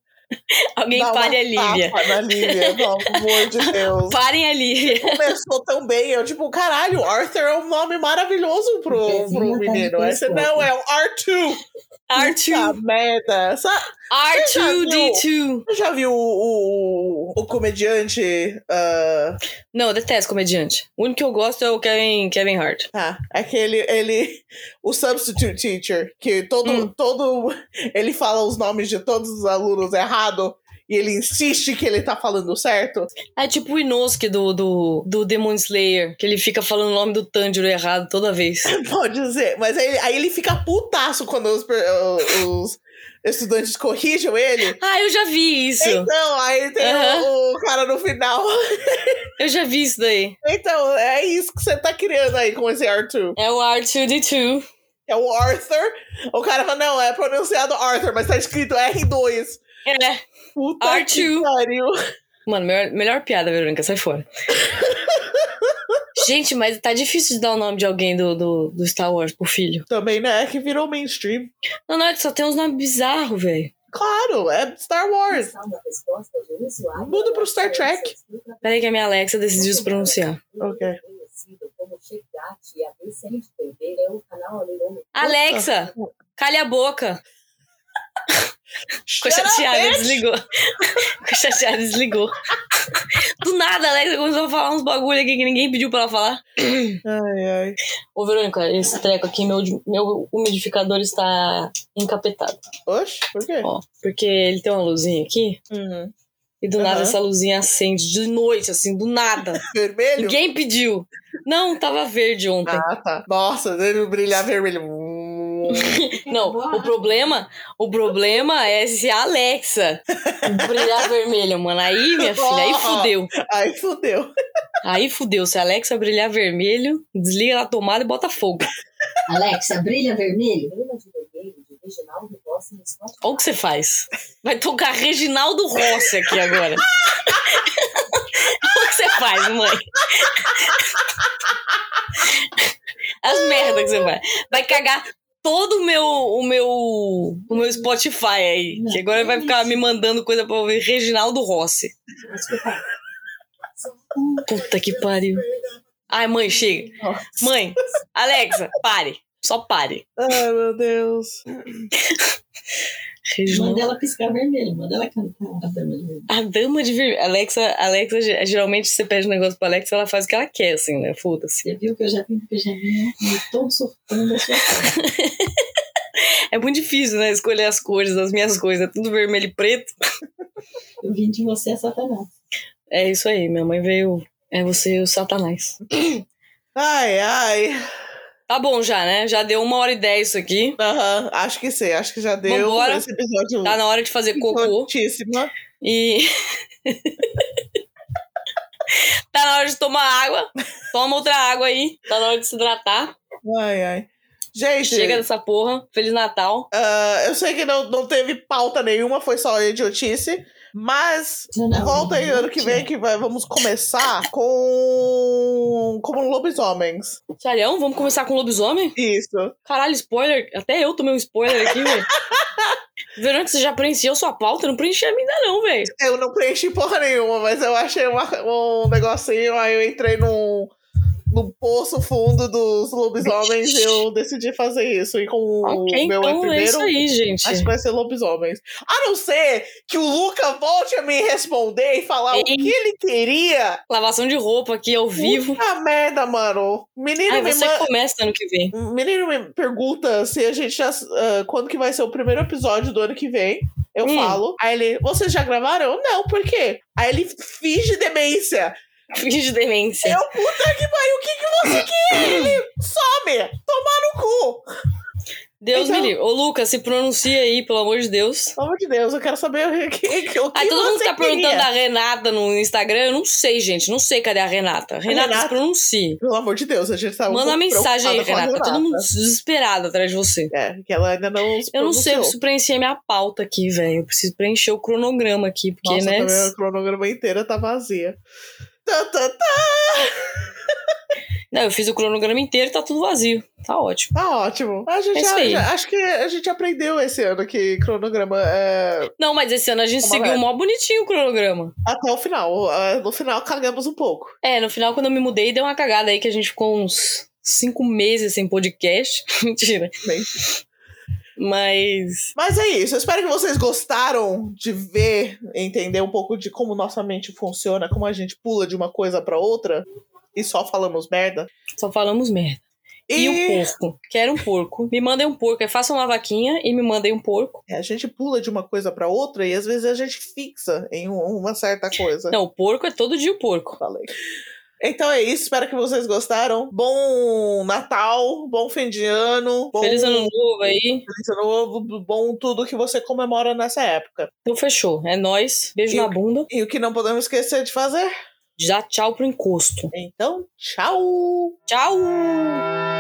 Speaker 1: Alguém
Speaker 4: dá uma
Speaker 1: pare a
Speaker 4: tapa
Speaker 1: Lívia.
Speaker 4: Na Lívia, pelo amor de Deus.
Speaker 1: Parem a Lívia.
Speaker 4: Começou tão bem, eu tipo, caralho, Arthur é um nome maravilhoso pro,
Speaker 3: Bebezinho
Speaker 4: pro
Speaker 3: tá
Speaker 4: menino. Aí você,
Speaker 3: difícil.
Speaker 4: não, é o Arthur.
Speaker 1: Arthur.
Speaker 4: Puta merda. Sabe,
Speaker 1: R2D2.
Speaker 4: você já viu o, o, o comediante? ah,
Speaker 1: Não, eu detesto comediante. O único que eu gosto é o Kevin, Kevin Hart.
Speaker 4: Tá. Aquele, ele. O substitute teacher, que todo.
Speaker 1: Hum.
Speaker 4: todo ele fala os nomes de todos os alunos errado e ele insiste que ele tá falando certo.
Speaker 1: É tipo o Inosuke do, do, do Demon Slayer, que ele fica falando o nome do Tanjiro errado toda vez.
Speaker 4: Pode dizer. Mas aí, aí ele fica putaço quando os, per- os estudantes corrigem ele.
Speaker 1: Ah, eu já vi isso.
Speaker 4: Então, aí tem
Speaker 1: Aham.
Speaker 4: o, o cara no final.
Speaker 1: Eu já vi isso daí.
Speaker 4: Então, é isso que você tá criando aí com esse Arthur.
Speaker 1: É o R2D2.
Speaker 4: É o Arthur. O cara fala, não, é pronunciado Arthur, mas tá escrito R2.
Speaker 1: É.
Speaker 4: Puta
Speaker 1: Arthur.
Speaker 4: que pariu.
Speaker 1: Mano, melhor, melhor piada, Verônica, sai fora. Gente, mas tá difícil de dar o nome de alguém do, do, do Star Wars pro filho.
Speaker 4: Também, né? Que virou mainstream.
Speaker 1: Não, não, é que só tem uns nomes bizarros, velho.
Speaker 4: Claro, é Star Wars.
Speaker 3: Uma resposta de usuário.
Speaker 4: Muda pro Star Trek.
Speaker 1: Peraí que a minha Alexa decidiu se pronunciar.
Speaker 4: Ok.
Speaker 3: é Conhecido como Chegate e a Vicente TV é um canal anônimo.
Speaker 1: Alexa, calha a boca. Ficou
Speaker 4: Shut up,
Speaker 1: chateada,
Speaker 4: bitch!
Speaker 1: desligou. Ficou chateada, desligou. Do nada, a Alexa começou a falar uns bagulho aqui que ninguém pediu pra ela falar.
Speaker 4: Ai, ai.
Speaker 1: Ô, Verônica, esse treco aqui, meu, meu umidificador está encapetado.
Speaker 4: Oxe, por quê?
Speaker 1: Ó, porque ele tem uma luzinha aqui
Speaker 4: Uhum.
Speaker 1: e do nada
Speaker 4: Aham.
Speaker 1: essa luzinha acende de noite, assim, do nada.
Speaker 4: Vermelho?
Speaker 1: Ninguém pediu. Não, tava verde ontem.
Speaker 4: Ah, tá. Nossa, deve brilhar vermelho. Hum.
Speaker 1: Não, o problema, o problema é se a Alexa brilhar vermelha, mano. Aí, minha filha, aí fudeu.
Speaker 4: Ai, fudeu.
Speaker 1: Aí fudeu. Se a Alexa brilhar vermelho, desliga na tomada e bota fogo.
Speaker 3: Alexa, brilha vermelho?
Speaker 1: Olha o que você faz. Vai tocar Reginaldo Rossi aqui agora. Olha o que você faz, mãe. As merdas que você vai. Vai cagar todo o meu, o meu, o meu Spotify aí. Que agora vai ficar me mandando coisa pra ouvir Reginaldo Rossi.
Speaker 3: Desculpa.
Speaker 1: Puta que pariu. Ai, mãe, chega.
Speaker 4: Nossa.
Speaker 1: Mãe, Alexa, pare. Só pare.
Speaker 4: Ai, meu Deus.
Speaker 1: Reginaldo.
Speaker 3: Manda ela piscar vermelho, manda ela cantar. a dama de vermelho.
Speaker 1: A dama de vermelho. Alexa, Alexa, ge- geralmente você pede um negócio pra Alexa, ela faz o que ela quer, assim, né? Foda-se.
Speaker 3: Você viu que eu já tenho pijaminha e todo surfando a sua cara.
Speaker 1: É muito difícil, né? Escolher as cores das minhas coisas. É tudo vermelho e preto.
Speaker 3: Eu vim de você, Satanás.
Speaker 1: É isso aí, minha mãe veio. É você e o Satanás.
Speaker 4: Ai, ai.
Speaker 1: Tá bom já, né? Já deu uma hora e dez isso aqui.
Speaker 4: Aham, acho que sei. Acho que já deu
Speaker 1: Vambora.
Speaker 4: esse episódio.
Speaker 1: Tá na hora de fazer cocô.
Speaker 4: curtíssima.
Speaker 1: E. tá na hora de tomar água. Toma outra água aí. Tá na hora de se hidratar.
Speaker 4: Ai, ai. Gente,
Speaker 1: Chega dessa porra. Feliz Natal.
Speaker 4: ah, eu sei que não, não teve pauta nenhuma, foi só idiotice. Mas
Speaker 3: Não, não,
Speaker 4: volta aí
Speaker 3: não,
Speaker 4: ano que
Speaker 3: não.
Speaker 4: vem que vai- vamos começar com. Como lobisomens.
Speaker 1: Sério, vamos começar com o lobisomem?
Speaker 4: Isso.
Speaker 1: Caralho, spoiler. Até eu tomei um spoiler aqui, velho. Verônica, você já preencheu sua pauta? Não preenchi a minha ainda não, velho.
Speaker 4: Eu não preenchi porra nenhuma, mas eu achei uma- um negocinho, aí eu entrei num, num poço fundo dos lobisomens e eu decidi fazer isso. E com
Speaker 1: Ok,
Speaker 4: o meu
Speaker 1: então é
Speaker 4: primeiro,
Speaker 1: isso aí, gente.
Speaker 4: acho que vai ser lobisomens. A não ser que o Luca volte a me responder e falar o
Speaker 1: Ei.
Speaker 4: que ele queria.
Speaker 1: Lavação de roupa aqui ao vivo.
Speaker 4: Puta merda, mano. Menino,
Speaker 1: Aí
Speaker 4: me
Speaker 1: você
Speaker 4: ma-
Speaker 1: começa ano que vem.
Speaker 4: menino me pergunta se a gente já. ah, quando que vai ser o primeiro episódio do ano que vem. Eu
Speaker 1: Hum.
Speaker 4: falo. Aí ele, vocês já gravaram? Não, por quê? Aí ele finge demência.
Speaker 1: Finge de demência.
Speaker 4: Eu, puta que pariu, o que, que você quer? Ele some! Tomar no cu!
Speaker 1: Deus
Speaker 4: Então-
Speaker 1: me livre. Ô, Lucas, se pronuncia aí, pelo amor de Deus.
Speaker 4: Pelo amor de Deus, eu quero saber o que, o que, o que
Speaker 1: Aí todo mundo
Speaker 4: você
Speaker 1: tá
Speaker 4: queria.
Speaker 1: perguntando da Renata no Instagram. Eu não sei, gente. Não sei cadê a Renata. Renata,
Speaker 4: Renata?
Speaker 1: se pronuncie.
Speaker 4: Pelo amor de Deus, a gente tá um
Speaker 1: Manda
Speaker 4: pouco
Speaker 1: mensagem aí,
Speaker 4: preocupada
Speaker 1: Renata.
Speaker 4: com a
Speaker 1: Tá todo mundo desesperado atrás de você.
Speaker 4: É, que ela ainda não se
Speaker 1: Eu não sei, eu
Speaker 4: pronunciou.
Speaker 1: preciso preencher minha pauta aqui, velho. Eu preciso preencher o cronograma aqui, porque,
Speaker 4: Nossa,
Speaker 1: né?
Speaker 4: também a cronograma inteira tá vazia. Tá, tá, tá,
Speaker 1: Não, eu fiz o cronograma inteiro e tá tudo vazio. Tá ótimo.
Speaker 4: tá ótimo. A gente
Speaker 1: É isso
Speaker 4: já-
Speaker 1: aí.
Speaker 4: já- acho que a gente aprendeu esse ano que cronograma é
Speaker 1: Não, mas esse ano a gente
Speaker 4: Tá bom,
Speaker 1: seguiu
Speaker 4: velho.
Speaker 1: mó bonitinho o cronograma.
Speaker 4: até o final. Ah, No final cagamos um pouco.
Speaker 1: É, no final, quando eu me mudei, deu uma cagada aí que a gente ficou uns cinco meses sem podcast. Mentira.
Speaker 4: Bem,
Speaker 1: Mas
Speaker 4: Mas é isso. Eu espero que vocês gostaram de ver, entender um pouco de como nossa mente funciona, como a gente pula de uma coisa pra outra e só falamos merda.
Speaker 1: só falamos merda. E um porco. Quero um porco. Me mandem um porco. Aí Façam uma vaquinha e me mandem um porco.
Speaker 4: é, a gente pula de uma coisa pra outra e às vezes a gente fixa em um- uma certa coisa.
Speaker 1: Não, o porco é todo dia o porco.
Speaker 4: Falei. Então é isso, espero que vocês gostaram. Bom Natal, bom fim de ano, bom
Speaker 1: Feliz ano novo aí.
Speaker 4: feliz ano é novo, bom tudo que você comemora nessa época.
Speaker 1: Então fechou. É nóis. Beijo
Speaker 4: E
Speaker 1: na
Speaker 4: o-
Speaker 1: bunda.
Speaker 4: E o que não podemos esquecer de fazer?
Speaker 1: Já tchau pro encosto.
Speaker 4: Então, tchau!
Speaker 1: Tchau!